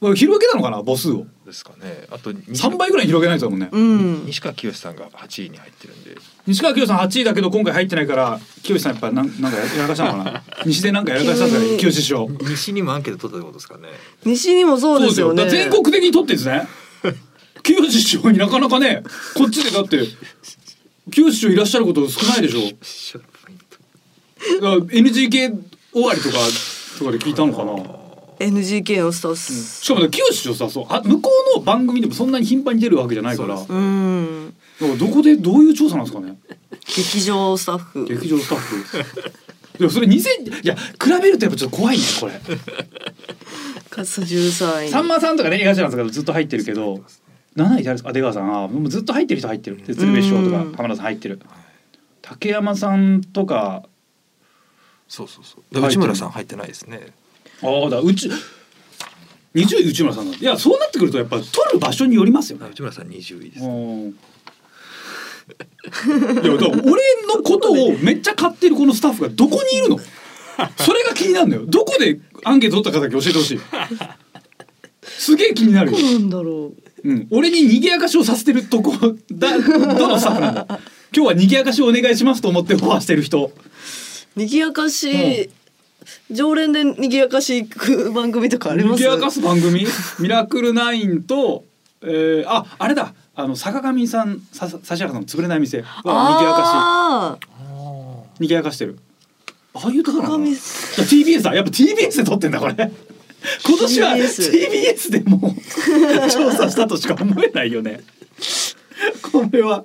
Speaker 2: これ広げたのかな母数を
Speaker 4: ですかねあと
Speaker 2: 3倍ぐらい広げないとだもんね、
Speaker 3: うん。
Speaker 4: 西川きよしさんが8位に入ってるんで
Speaker 2: 西川きよしさん8位だけど今回入ってないからきよしさんやっぱなんなんかやらかしたの
Speaker 3: *laughs*
Speaker 2: かな西でなんかやらかしたんですかねきよし師匠
Speaker 4: 西にもアンケート取ったってことですかね
Speaker 3: 西にもそうですよ
Speaker 2: だ
Speaker 3: ね。
Speaker 2: から全国的に取ってんですねきよし師匠になかなかねこっちでだってきよし師匠いらっしゃること少ないでしょ
Speaker 4: シャープポイント
Speaker 2: あ NGK 終わりとかとかで聞いたのかな
Speaker 3: NGK のスタッフ。
Speaker 2: しかもね清志とさそうあ向こうの番組でもそんなに頻繁に出るわけじゃないから
Speaker 4: そうで
Speaker 3: うん。
Speaker 2: だからどこでどういう調査なんですかね
Speaker 3: 劇場スタッフ。
Speaker 2: 劇場スタッフでもそれ2000いや比べるとやっぱちょっと怖いねこれ
Speaker 3: カズさん十三位。
Speaker 2: さんまさんとかね東山さんとかずっと入ってるけど7位誰ですかあ出川さんあもうずっと入ってる人入ってるで鶴瓶師匠とか
Speaker 3: うん
Speaker 2: 浜田さん入ってる竹山さんとか
Speaker 4: そうそうそうで内村さん入ってないですね
Speaker 2: ああだうち20位内村さんなんだいやそうなってくるとやっぱ取る場所によりますよね
Speaker 4: 内村さん20位です
Speaker 2: うんいやだから俺のことをめっちゃ買ってるこのスタッフがどこにいるのそれが気になるのよどこでアンケート取ったかだけ教えてほしいすげえ気になるよ
Speaker 3: ど、うなんだろう。
Speaker 2: うん、俺に賑やかしをさせてるとこ *laughs* だどのスタッフなんだ今日は賑やかしをお願いしますと思ってオファーしてる人
Speaker 3: 賑やかし。常連で賑やかし行く番組とかあります。
Speaker 2: 賑やかす番組「ミラクルナインと」えーああれだあの坂上さんさ指原さんの潰れない店は賑やかし
Speaker 3: ああ。
Speaker 2: 賑やかしてるああいうところなの
Speaker 3: 鏡
Speaker 2: いや TBS だやっぱ TBS で撮ってんだこれ今年は
Speaker 3: TBS
Speaker 2: TBS でもう *laughs* 調査したとしか思えないよねこれは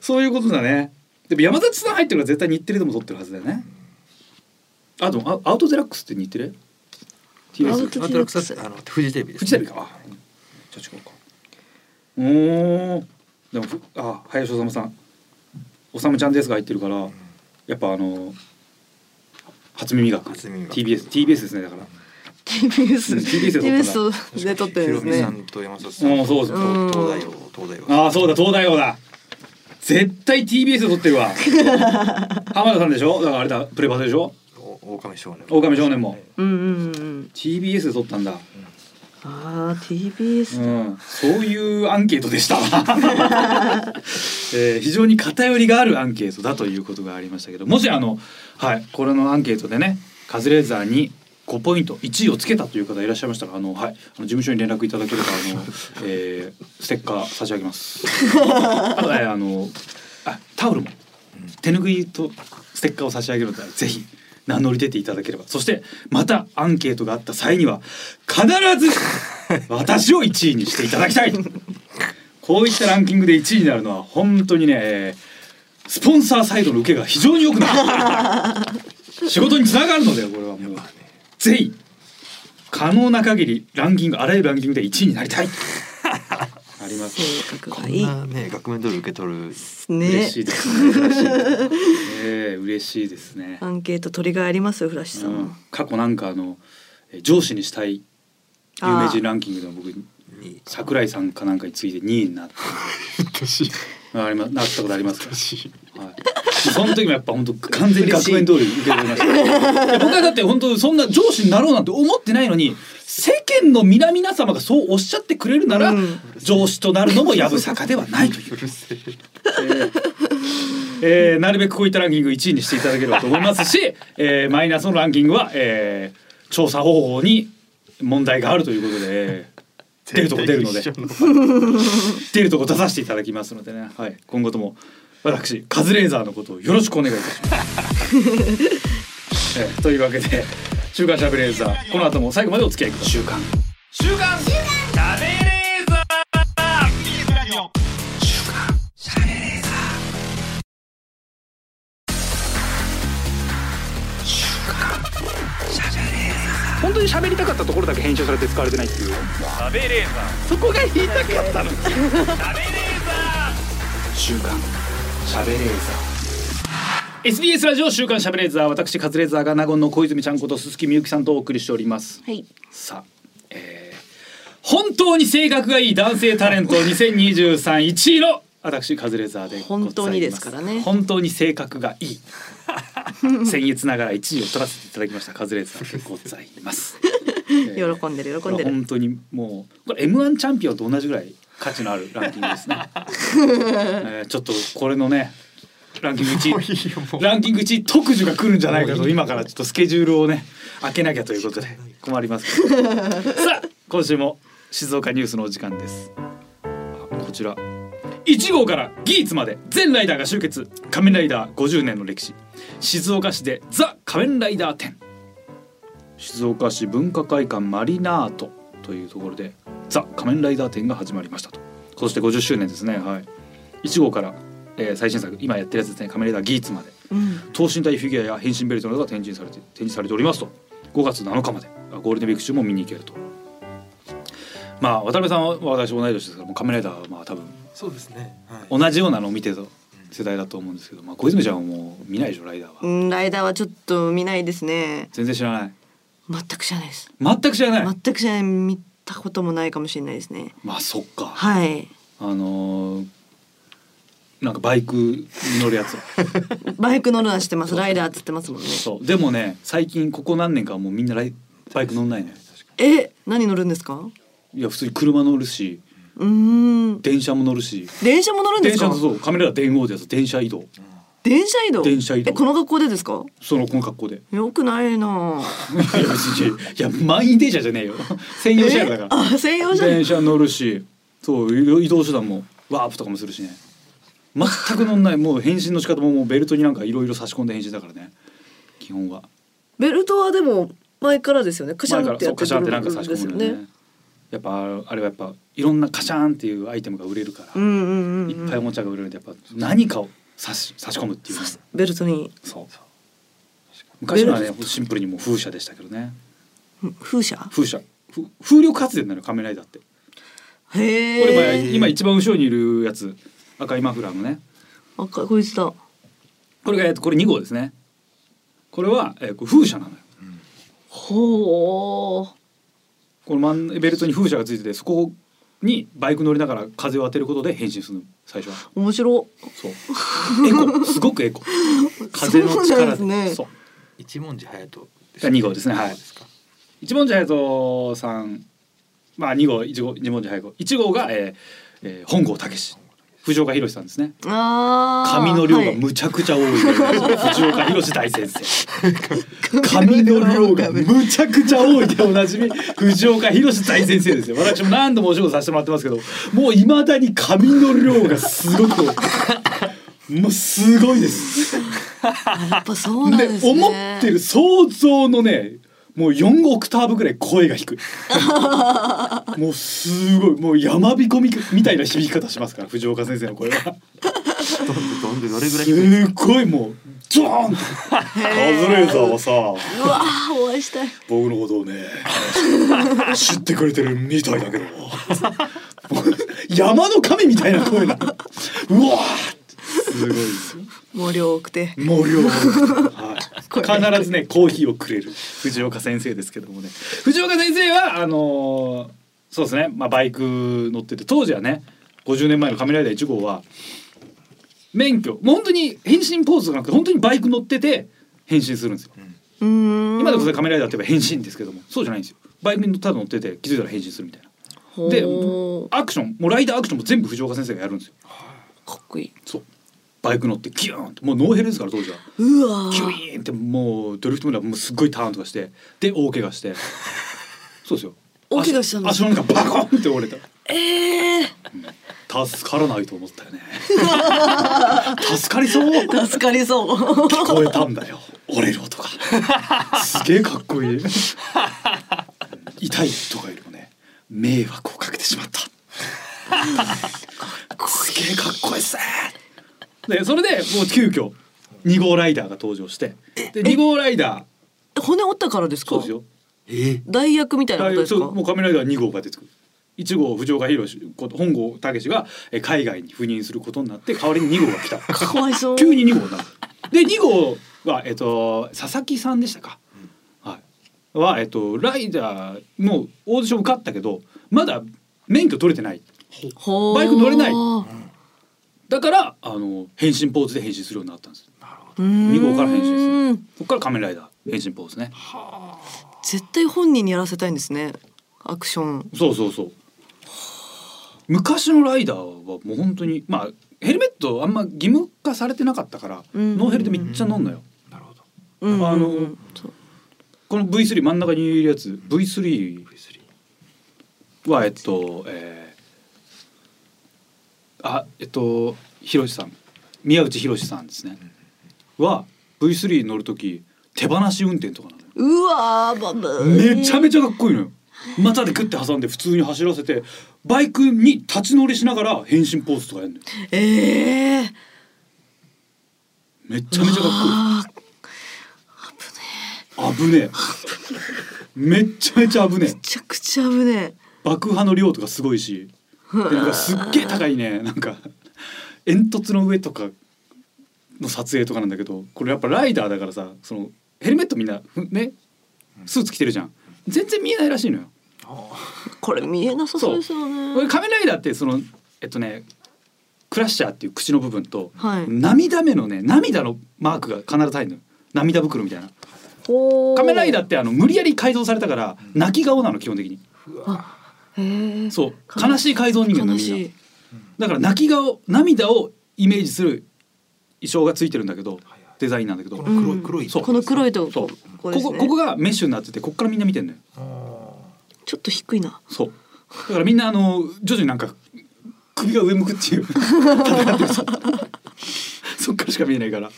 Speaker 2: そういうことだねでも山里さん入ってるから絶対日テレでも撮ってるはずだよねあでもアアウトデラックスって日テレ TBS
Speaker 3: ア
Speaker 4: ア
Speaker 3: ウ
Speaker 4: ウ
Speaker 3: ト
Speaker 4: ト
Speaker 3: デラックス
Speaker 4: デラックスあのフジテレビで
Speaker 2: フ
Speaker 4: す、
Speaker 2: ジテレビか。あじゃあ違うか。おーでもふあ林修さん、おさむちゃんですが入ってるから、やっぱあの初耳学
Speaker 4: 初耳学
Speaker 2: TBS TBS ですねだから。うん
Speaker 3: TBS
Speaker 2: TBS で撮
Speaker 3: TBS で撮ってるん
Speaker 4: ヒロミ
Speaker 3: です
Speaker 4: さ
Speaker 3: ね
Speaker 4: んと山里さん
Speaker 2: ああそうです。
Speaker 3: うん
Speaker 4: と東大王東大王
Speaker 2: ああそうだ東大王だ。絶対 TBS で撮って
Speaker 4: *laughs*
Speaker 2: るわ。浜田さんでしょ。だからあれだプレバトでしょ。
Speaker 4: お狼少年
Speaker 2: 狼少年も
Speaker 3: うんうんうん
Speaker 2: TBS で撮ったんだ。
Speaker 3: あー
Speaker 2: う
Speaker 3: TBS
Speaker 2: ん、そういうアンケートでした、えー非常に偏りがあるアンケートだということがありましたけどもしあの、はい、これのアンケートでねカズレーザーに5ポイント1位をつけたという方いらっしゃいましたらあの、はい、あの事務所に連絡いただければあの、えーステッカー差し上げます。あと、えーあのあタオルも手ぬぐいとステッカーを差し上げるのでぜひ名乗り出ていただければそしてまたアンケートがあった際には必ず私を1位にしていただきたいこういったランキングで1位になるのは本当にねえースポンサーサイドの受けが非常に良くなる仕事につながるのでこれはもうぜひ可能な限りランキングあらゆるランキングで1位になりたいあります
Speaker 3: 性格
Speaker 4: こ
Speaker 3: が
Speaker 4: ん
Speaker 3: いい
Speaker 4: なね額面通り受け取る
Speaker 2: 嬉
Speaker 3: ね
Speaker 2: しいですね。嬉しいですねええ嬉しいですね。
Speaker 3: アンケート取りがいありますよフラッシュさ
Speaker 2: うんん過去なんかあのえー上司にしたい有名人ランキングでも僕
Speaker 4: に
Speaker 2: 桜井さんかなんかについて2位になって
Speaker 4: 私
Speaker 2: ありまなったことありますから。
Speaker 4: 私
Speaker 2: はい、その時もやっぱ本当完全に額面通り受け取りましたいや僕はだって本当そんな上司になろうなんて思ってないのに世間の皆々様がそうおっしゃってくれるなら、
Speaker 3: うん
Speaker 2: 上司となるのもやぶさかではないという
Speaker 4: うるせえ
Speaker 2: えーなるべくこういったランキング1位にしていただければと思いますし、 *laughs* えーマイナスのランキングは、えー調査方法に問題があるということで、えー出るとこ出るので
Speaker 4: 絶対一緒の
Speaker 2: 出るとこ出させていただきますのでね、はい、今後とも私カズレーザーのことをよろしくお願いいたし
Speaker 4: *laughs*
Speaker 2: ます。えーというわけで「週刊しゃべレーザー」この後も最後までお付き合いください。
Speaker 1: 週刊本当に喋りたかったところだけ編集されて使われてないっていう喋れーそこが言いたかったの喋れー週刊喋れー
Speaker 2: SBS ラジオ週刊しゃべレーザー私カズレーザーが名言の小泉ちゃんこと鈴木みゆきさんとお送りしております。
Speaker 3: はい
Speaker 2: さあ、えー本当に性格がいい男性タレント2023 1位の私カズレーザーでございます
Speaker 3: 本当にですからね
Speaker 2: 本当に性格がい *laughs* い僭越ながら1位を取らせていただきましたカズレーザーでございます、えー
Speaker 3: 喜んでる喜
Speaker 2: こ
Speaker 3: ん
Speaker 2: れ
Speaker 3: でる
Speaker 2: 本当にもうこれ M1 チャンピオンと同じぐらい価値のあるランキング
Speaker 3: *laughs*
Speaker 2: ですね、えーちょっとこれのねランキング1位
Speaker 4: いいよも
Speaker 2: *laughs*
Speaker 4: う
Speaker 2: ランキング1特需が来るんじゃないかと今からちょっとスケジュールをね開けなきゃということで困りますけ *laughs* どさあ今週も静岡ニュースのお時間ですあこちら1号からギーツまで全ライダーが集結仮面ライダー50年の歴史静岡市でザ・仮面ライダー展静岡市文化会館マリナートというところでザ・仮面ライダー展が始まりましたとそして50周年ですねはい1号から、えー最新作今やってるやつですね仮面ライダーギーツまで
Speaker 3: うん
Speaker 2: 等身大フィギュアや変身ベルトなどが展示されて展示されておりますと5月7日まであゴールデンウィーク中も見に行けるとまあ渡辺さんは私同い年ですからもう仮面ライダーはまあ多分
Speaker 4: そうですねはい
Speaker 2: 同じようなのを見てた世代だと思うんですけど、まあ、小泉ちゃんはもう見ないでしょライダー
Speaker 3: う
Speaker 2: は
Speaker 3: んライダーはちょっと見ないですね
Speaker 2: 全然知らない
Speaker 3: 全く知らないです
Speaker 2: 全く知らない、
Speaker 3: 全く知らない見たこともないかもしれないですね
Speaker 2: まあそっか、
Speaker 3: はい
Speaker 2: あのーなんかバイクに乗るやつ
Speaker 3: *laughs* バイク乗るのは知ってますライダーっつってますもんね
Speaker 2: そうでもね最近ここ何年かはもうみんなライバイク乗んないね
Speaker 3: え何乗るんですか
Speaker 2: いや普通に車乗るし
Speaker 3: うーん
Speaker 2: 電車も乗るし
Speaker 3: 電車も乗るんで
Speaker 2: 電
Speaker 3: すか
Speaker 2: 車とそうカメラは電王でやつ電車移動
Speaker 3: 電車移動
Speaker 2: 電車移動
Speaker 3: えこの学校でですか
Speaker 2: そのこの格好で *laughs*
Speaker 3: よくないない
Speaker 2: や別にいや満員電車じゃねえ
Speaker 3: *laughs*
Speaker 2: よ専用車両だ
Speaker 3: え
Speaker 2: か
Speaker 3: あ専用
Speaker 2: ら
Speaker 3: 車
Speaker 2: 電車乗るしそう移動移動手段もワープとかもするしね全く乗んないもう変身の仕方ももうベルトになんかいろいろ差し込んで変身だからね基本は
Speaker 3: ベルトはでも前からですよねカシャ
Speaker 2: 前
Speaker 3: ン
Speaker 2: か
Speaker 3: っ
Speaker 2: ら
Speaker 3: て
Speaker 2: そ
Speaker 3: や
Speaker 2: う
Speaker 3: って
Speaker 2: カシャンってなんか差し
Speaker 3: です
Speaker 2: 込
Speaker 3: よ
Speaker 2: むよ
Speaker 3: ね
Speaker 2: ね。やっぱあれはやっぱいろんなカシャンっていうアイテムが売れるから、
Speaker 3: うんうんうん
Speaker 2: い
Speaker 3: うん
Speaker 2: っぱいおもちゃが売れるんでやっぱ何かを差し差し込むっていう
Speaker 3: さベルトに
Speaker 2: そう昔のはね
Speaker 3: ベ
Speaker 2: シンプルにもう風車でしたけどね
Speaker 3: うん風車
Speaker 2: 風車ふ風力発電なの仮面ライダーってこ
Speaker 3: へ
Speaker 2: れ
Speaker 3: え
Speaker 2: 今今一番後ろにいるやつ赤いマフラーのね
Speaker 3: 赤いこいつだ
Speaker 2: これがえっとこれ2号ですねこれは、えーこれ風車なのよ
Speaker 3: ほう
Speaker 2: この真んベルトに風車がついててそこにバイク乗りながら風を当てることで変身するの最初は
Speaker 3: 面白
Speaker 2: そう
Speaker 3: *laughs*
Speaker 2: エコすごくエコ風の
Speaker 3: そう
Speaker 2: 力
Speaker 3: な
Speaker 2: で
Speaker 3: んですね
Speaker 2: そう
Speaker 4: 一文字隼人で
Speaker 2: 二号ですねはい
Speaker 4: そうですか
Speaker 2: 一文字隼人さんまあ2号1号二文字隼人1号が、えーえー本郷武史藤岡弘さんですね
Speaker 3: あー
Speaker 2: 髪の量
Speaker 3: は
Speaker 2: が
Speaker 3: い
Speaker 2: むちゃくちゃ多い、藤岡弘大先 *laughs* 生髪の量がむちゃくちゃ多いでおなじみ藤岡弘大先生ですよ私も何度もお仕事させてもらってますけどもういまだに髪の量がすごく多いもうすごいです
Speaker 3: やっぱそうなんですね
Speaker 2: 思ってる想像のねもう4オクターブぐらい声が低いもうすごいもう山びこみみたいな響き方しますから藤岡先生の声は。
Speaker 5: どんどんでどれぐらい低い
Speaker 2: すっごいもうドーンとカズレーザーはさ
Speaker 3: うわーお会いしたい
Speaker 2: 僕のことをね知ってくれてるみたいだけど *laughs* 山の神みたいな声なのうわーってすごいですよ
Speaker 3: もう量多くて
Speaker 2: 毛量、
Speaker 3: こ
Speaker 2: *laughs* はい、必ずねコーヒーをくれる藤岡先生ですけどもね藤岡先生はあのーそうですね、まあ、バイク乗ってて当時はね50年前の「仮面ライダー1号は」免許もう本当に変身ポーズじゃなくて本当にバイク乗ってて変身するんですよ。
Speaker 3: うーん
Speaker 2: 今でこそ仮面ライダーって言えば変身ですけどもそうじゃないんですよ。バイクにただ乗ってて気づいたら変身するみたいな。
Speaker 3: ほう
Speaker 2: でアクションもうライダーアクションも全部藤岡先生がやるんですよ。
Speaker 3: かっこいい
Speaker 2: そうバイク乗ってギューンってもうノーヘルですから当時は。
Speaker 3: うわー
Speaker 2: キュイーンってもうドリフトムラもうすっごいターンとかしてで大怪我してそうですよ
Speaker 3: 大怪我したの
Speaker 2: 足足の中バコンって折れ
Speaker 3: ええ
Speaker 2: た助からないと思った
Speaker 3: *laughs*
Speaker 2: よね助かりそう聞
Speaker 3: ー、助か
Speaker 2: *laughs*
Speaker 3: りそう
Speaker 2: こえたんだよ折れる音がすげえかっこいい痛いとかよりもね迷惑をかけてしまったすげえかっこいいっすねでそれでもう急遽2号ライダーが登場してで2号ライダー
Speaker 3: 骨折ったからですか
Speaker 2: そうですよ
Speaker 4: え
Speaker 3: 代役みたいなことです
Speaker 2: そ
Speaker 3: か
Speaker 2: うもう仮面ライダー2号が出てくる1号藤岡弘こと本郷武がえー海外に赴任することになって代わりに2号が来た
Speaker 3: かわいそう
Speaker 2: 急に2号になるで2号は、えっと佐々木さんでしたか、はい、は、えっとライダーのオーディション受かったけどまだ免許取れてない
Speaker 3: ほう
Speaker 2: バイク乗れない
Speaker 3: 2
Speaker 2: だからあの変身ポーズで変身するようになったんです2号から変身するここから仮面ライダー変身ポーズね
Speaker 3: 絶対本人にやらせたいんですねアクション
Speaker 2: そうそうそう昔のライダーはもう本当にまあヘルメットあんま義務化されてなかったから、
Speaker 3: うん
Speaker 2: ノーヘルでめっちゃ乗んのよ
Speaker 4: なるほど
Speaker 3: うんうんうん
Speaker 2: あの
Speaker 3: そう
Speaker 2: この V3 真ん中にいるやつ V3
Speaker 4: V3
Speaker 2: はえっとえーあえっと広さん宮内広さんですねは V3 乗る時手放し運転とかなのよ
Speaker 3: うわーバブ
Speaker 2: めちゃめちゃかっこいいのよ股でグッて挟んで普通に走らせてバイクに立ち乗りしながら変身ポーズとかやるのよ
Speaker 3: ええー、
Speaker 2: めっちゃめちゃかっ
Speaker 3: あー
Speaker 2: こいい危ねえめっちゃめちゃ危ねえ
Speaker 3: めちゃくちゃ危ね
Speaker 2: 爆破の量とかすごいしでなんかすっげえ高いねなんか煙突の上とかの撮影とかなんだけどこれやっぱライダーだからさそのヘルメットみんなふねスーツ着てるじゃん全然見えないらしいのよ
Speaker 3: えこれ見えなさそうですよ
Speaker 2: これ
Speaker 3: ね
Speaker 2: 仮面ライダーってそのえっとねクラッシャーっていう口の部分と、
Speaker 3: はい
Speaker 2: 涙目のね涙のマークが必ず入るのよ涙袋みたいな
Speaker 3: ほう
Speaker 2: 仮面ライダーってあの無理やり改造されたから泣き顔なの基本的に
Speaker 3: へー
Speaker 2: そう
Speaker 3: 悲
Speaker 2: 悲しい改造人間のみ
Speaker 3: 悲
Speaker 2: ん
Speaker 3: し
Speaker 2: ないだから泣き顔涙をイメージする衣装がついてるんだけどデザインなんだけど
Speaker 4: こ
Speaker 2: こ
Speaker 4: の黒
Speaker 3: う
Speaker 4: い
Speaker 3: ん
Speaker 4: 黒い
Speaker 2: そう
Speaker 3: この黒いと
Speaker 2: そう
Speaker 3: こここです
Speaker 2: こ
Speaker 3: ね
Speaker 2: ここがメッシュになっててここからみんな見てんのよ
Speaker 4: あー
Speaker 3: ちょっと低いな
Speaker 2: そうだからみんなあの徐々になんか首が上向くっていう戦ってるそうそっからしか見えないから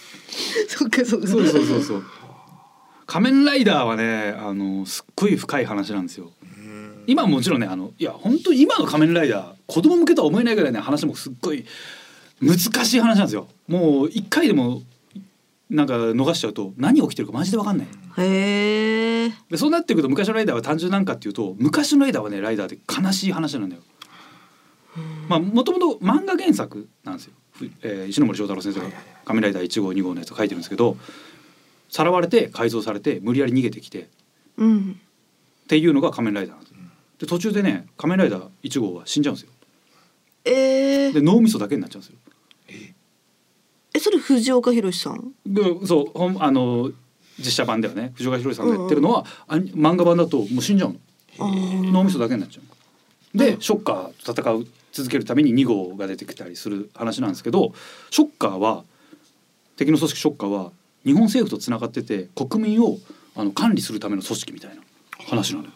Speaker 3: そっかそっか
Speaker 2: そうそうそうそう仮面ライダーはねあのすっごい深い話なんですよ。
Speaker 4: うん
Speaker 2: 今もちろんねあのいや本当に今の仮面ライダー子供向けとは思えないぐらいね話もすっごい難しい話なんですよ。もう一回でもなんか逃しちゃうと何起きてるかマジで分かんない。
Speaker 3: へえ。
Speaker 2: でそうなってくると昔のライダーは単純なんかっていうと昔のライダーはねライダーで悲しい話なんだよ。まあもともと漫画原作なんですよ、ふえー石ノ森章太郎先生が「仮面ライダー1号2号」のやつを書いてるんですけどさらわれて改造されて無理やり逃げてきてっ
Speaker 3: うん。
Speaker 2: ていうのが仮面ライダーなんですよで途中でね仮面ライダー1号は死んじゃうんですよ
Speaker 3: え
Speaker 2: で
Speaker 3: ー、
Speaker 2: 脳みそだけになっちゃうんですよ
Speaker 3: えそれ藤岡弘さん
Speaker 2: でそうほんあの実写版ではね藤岡弘さんがやってるのは、あ漫画版だともう死んじゃうの
Speaker 3: あー
Speaker 2: 脳みそだけになっちゃうでショッカーと戦う続けるために2号が出てきたりする話なんですけどショッカーは敵の組織ショッカーは日本政府とつながってて国民をあの管理するための組織みたいな話なのよ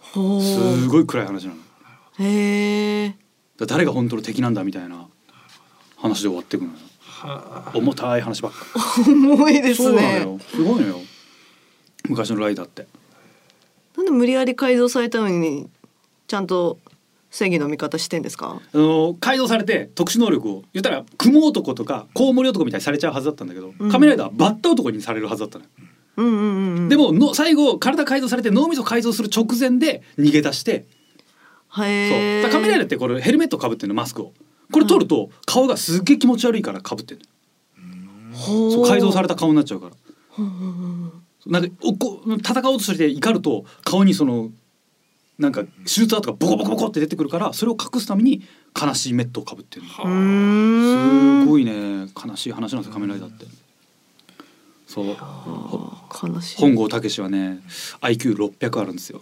Speaker 3: ほ
Speaker 2: す
Speaker 3: う
Speaker 2: ごい暗い話なのよだか
Speaker 3: へえ
Speaker 2: ら誰が本当の敵なんだみたいな話で終わってくのよ
Speaker 4: はあ
Speaker 2: 重たい話ばっか
Speaker 3: 重いで
Speaker 2: り
Speaker 3: す
Speaker 2: そうなの
Speaker 3: ね
Speaker 2: よすごいのよ昔のライダーって
Speaker 3: なんで無理やり改造されたのにちゃんと正義の味方してんですか
Speaker 2: あの改造されて特殊能力を言ったら雲男とかコウモリ男みたいにされちゃうはずだったんだけど、
Speaker 3: うん
Speaker 2: カメライダーはバッタ男にされるはずだったのよ、
Speaker 3: うんうんうんうん
Speaker 2: でもの最後体改造されて脳みそ改造する直前で逃げ出して、
Speaker 3: へえ
Speaker 2: そうカメライダーってこれヘルメットかぶってるのマスクをこれ取ると顔がすっげえ気持ち悪いからかぶってる、そう改造された顔になっちゃうからなんかおこ戦おうとして怒ると顔にそのなんかシューターとかボコボコボコって出てくるからそれを隠すために悲しいメットをかぶってるの
Speaker 3: うー
Speaker 2: す
Speaker 3: ん
Speaker 2: ごいね悲しい話なんですよ仮面ライダーってそう
Speaker 3: あー悲しい
Speaker 2: 本郷武史はね IQ600 あるんですよ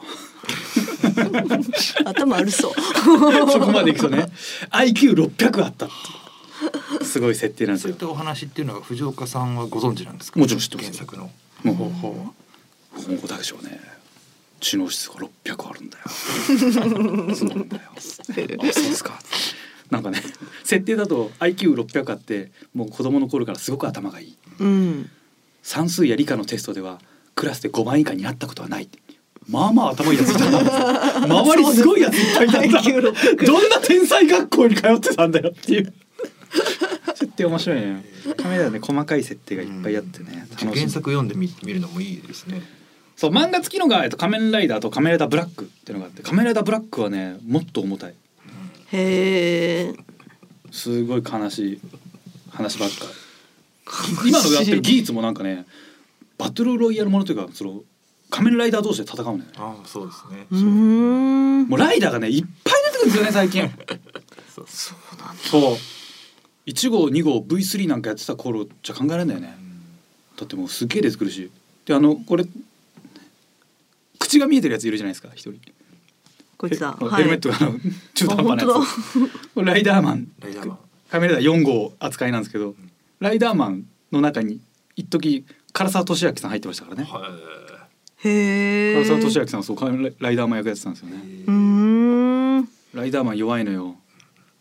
Speaker 3: 頭悪そう
Speaker 2: *laughs* そこまでいくとね IQ600 あったってすごい設定なんです
Speaker 4: そうい
Speaker 2: よ
Speaker 4: ったお話っていうのは藤岡さんはご存知なんですか
Speaker 2: もちろん知ってます
Speaker 4: 原作の
Speaker 2: もう
Speaker 4: 方法は
Speaker 2: 本郷武史はね知能指数が600あるんだよそうなんだよあそうですかなんかね設定だと IQ600 あってもう子供の頃からすごく頭がいい
Speaker 3: うん
Speaker 2: 算数や理科のテストではクラスで5番以下になったことはないってまあまあ頭いいやついたな周りすごいやついっぱいいたんだどん *laughs* な天才学校に通ってたんだよっていう設定面白いねカメラね細かい設定がいっぱいあってね
Speaker 4: う
Speaker 2: 楽し
Speaker 4: ん原
Speaker 2: い
Speaker 4: 作読んでみ見るのもいいですね
Speaker 2: そう漫画付きのが、えっと、仮面ライダーと仮面ライダーブラックっていうのがあって仮面ライダーブラックはねもっと重たい
Speaker 3: へえ
Speaker 2: すごい悲しい話ばっか今のやってる技術もなんかねバトルロイヤルものというかその仮面ライダー同士で戦うのよね
Speaker 4: ああそうですね
Speaker 3: うーん
Speaker 2: もうライダーがねいっぱい出てくるんですよね最近
Speaker 4: そうそ
Speaker 3: そうなんだ
Speaker 2: そう1号2号 V3 なんかやってた頃じゃ考えられないよねだってもうすっげえ出てくるしであのこれ口が見えてるやついるじゃないですか一人
Speaker 3: こいつだ
Speaker 2: ヘヘルメットがあの中途半端な
Speaker 3: あ
Speaker 2: や
Speaker 3: 本
Speaker 2: つこれライダーマン
Speaker 4: ライダーマン
Speaker 2: カメライダー4号扱いなんですけどライダーマンの中に一時唐沢俊明さん入ってましたからね
Speaker 4: はい
Speaker 3: へえ
Speaker 2: 唐沢俊明さんはそうカメラライダーマン役やってたんですよね
Speaker 3: うーん
Speaker 2: ライダーマン弱いのよ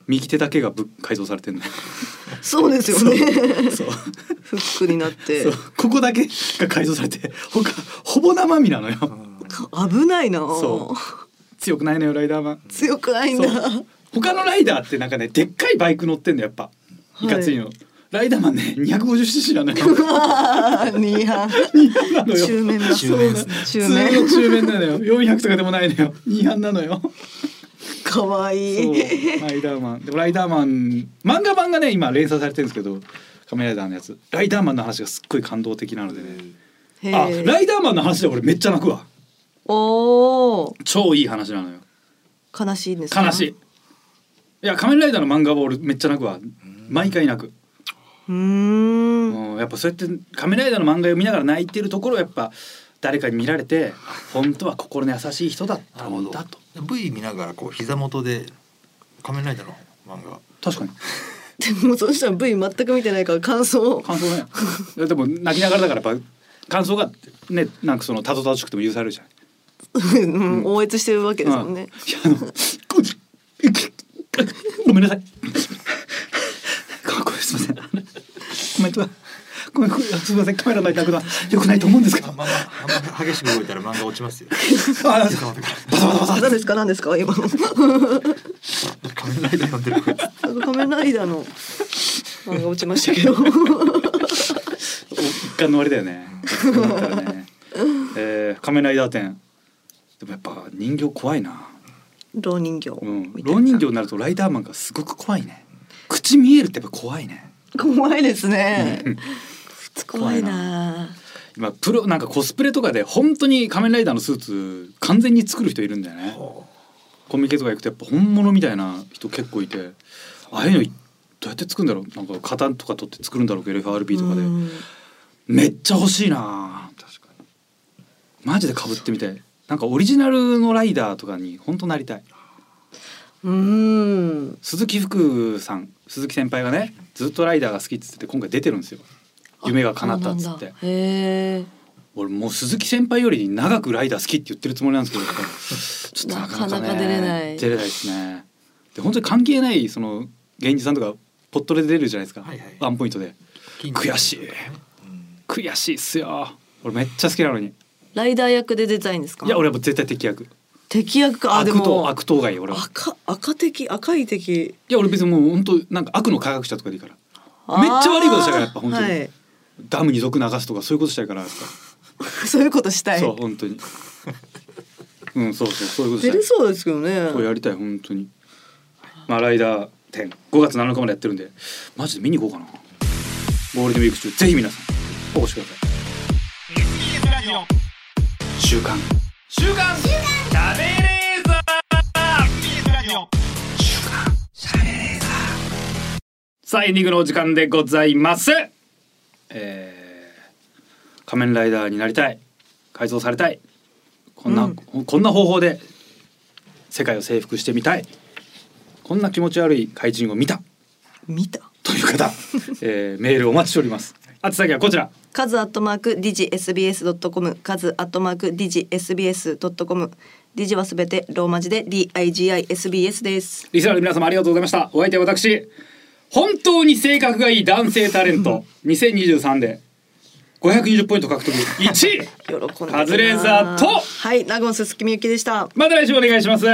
Speaker 2: 右手だけがぶっ改造されてんの
Speaker 3: そうですよね
Speaker 2: そう
Speaker 3: フックになって
Speaker 2: そうここだけが改造されて他ほぼ生身なのよ
Speaker 3: 危ないな
Speaker 2: そ強くないのよライダーマン
Speaker 3: 強くないんだ
Speaker 2: そう他のライダーってなんかねでっかいバイク乗ってんのやっぱいかついの、ライダーマンね 250cc なのよ
Speaker 3: *laughs* ニーハ
Speaker 2: 2なのよ
Speaker 3: 中面だ
Speaker 4: 中面ですね
Speaker 2: 普通
Speaker 3: 中
Speaker 2: の
Speaker 3: 面
Speaker 2: 中面なのよ400とかでもないのよ2班なのよ
Speaker 3: かわ
Speaker 2: そう
Speaker 3: いい
Speaker 2: ライダーマンでもライダーマン漫画版がね今連載されてるんですけど仮面ライダーのやつライダーマンの話がすっごい感動的なのでね
Speaker 3: へ
Speaker 2: あ
Speaker 3: ー
Speaker 2: ライダーマンの話で俺めっちゃ泣くわ
Speaker 3: おお
Speaker 2: 超いい話なのよ
Speaker 3: 悲しいんですか
Speaker 2: 悲しいいや仮面ライダーの漫画は俺めっちゃ泣くわ毎回泣く
Speaker 3: うーん
Speaker 2: うんやっぱそうやって仮面ライダーの漫画を見ながら泣いてるところをやっぱ誰かに見られて本当は心の優しい人だったんだと
Speaker 4: で V 見ながらこう膝元で仮面ライダーの漫画
Speaker 2: 確かに
Speaker 3: でもそしたら V 全く見てないから感想
Speaker 2: 感想ねいやでも泣きながらだからやっぱ感想がねなんかそのたどたどしくても許されるじゃない
Speaker 3: うん応援してるわけですもんね
Speaker 2: うんいやあのごごめんなさい。ごめんすみません。コメントはごめんごめんすみませんカメラの痛くなよくないと思うんですけど
Speaker 4: あんまあん *laughs* ま激しく動いたら漫画落ちますよ。
Speaker 2: あ
Speaker 4: ちょっと待って
Speaker 3: 何ですか何ですか今
Speaker 4: 仮面ライダー読んでるこ *laughs* いつ
Speaker 3: 仮面ライダーの漫画落ちましたけど
Speaker 2: お一貫の終わりだよね。そうなったらねえー、仮面ライダー展。でもやっぱ人形怖いな。
Speaker 3: 老人形
Speaker 2: うん。
Speaker 3: みたいな
Speaker 2: 老人形になるとライダーマンがすごく怖いね。口見えるってやっぱ怖いね。
Speaker 3: 怖いですね怖い
Speaker 2: 怖い
Speaker 3: な
Speaker 2: 今プロなんかコスプレとかで本当に仮面ライダーのスーツ完全に作る人いるんだよね。コミケとか行くとやっぱ本物みたいな人結構いて、ああいうのいどうやって作るんだろう。なんか型とか取って作るんだろうけど FRB とかで。
Speaker 3: うん
Speaker 2: めっちゃ欲しいな確かにマジで被ってみたいなんかオリジナルのライダーとかに本当なりたいう
Speaker 3: ーん
Speaker 2: 鈴木福さん鈴木先輩がねずっとライダーが好きっつってて今回出てるんですよ夢が叶ったっつっ
Speaker 3: そう
Speaker 2: て
Speaker 3: なんだへえ
Speaker 2: 俺もう鈴木先輩より長くライダー好きって言ってるつもりなんですけどちょっとなかなか,、ね、
Speaker 3: なかなか出れない
Speaker 2: 出れないですねで本当に関係ないその芸人さんとかポットで出るじゃないですか、
Speaker 4: はいはい
Speaker 2: ワンポイントで悔しい
Speaker 4: うん
Speaker 2: 悔しいっすよ俺めっちゃ好きなのに
Speaker 3: ライダー役で出たいんですか
Speaker 2: いや俺はもう絶対敵役
Speaker 3: 敵役かあで
Speaker 2: 悪党
Speaker 3: も
Speaker 2: 悪党がいい俺は
Speaker 3: 赤赤敵赤い敵
Speaker 2: いや俺別にもう本当なんか悪の科学者とかでいいからめっちゃ悪いことしたからやっぱ本当に
Speaker 3: はい、 *laughs*
Speaker 2: ダムに毒流すとかそういうことしたいからやっ
Speaker 3: そういうことした
Speaker 2: ぱ
Speaker 3: い
Speaker 2: そう本当にうんそうそうそういうこと
Speaker 3: 出
Speaker 2: したい
Speaker 3: れそうですけど
Speaker 2: これ
Speaker 3: ね
Speaker 2: やりたい本当にまあライダー展5月7日までやってるんでマジで見に行こうかなゴールデンウィーク中ぜひ皆さんお越しください週刊さあエンディングのお時間でございます。えー、仮面ライダーになりたい、改造されたい、こんな、
Speaker 3: うん
Speaker 2: こんな方法で世界を征服してみたい、こんな気持ち悪い怪人を見た
Speaker 3: 見た
Speaker 2: という *laughs* 方、えー、メールお待ちしております。あつ先はこちら。
Speaker 3: カズアットマークディジ SBS ドットコムカズアットマークディジ SBS ドットコムディジはすべてローマ字で D I G I S B S です。
Speaker 2: リスナーの皆様ありがとうございました。お相手は私、本当に性格がいい男性タレント、2023で520ポイント獲得1位。 *laughs*
Speaker 3: 喜んでくれます
Speaker 2: カズレーザーと
Speaker 3: はい、ナゴンススキミユキでした。
Speaker 2: また来週お願いします。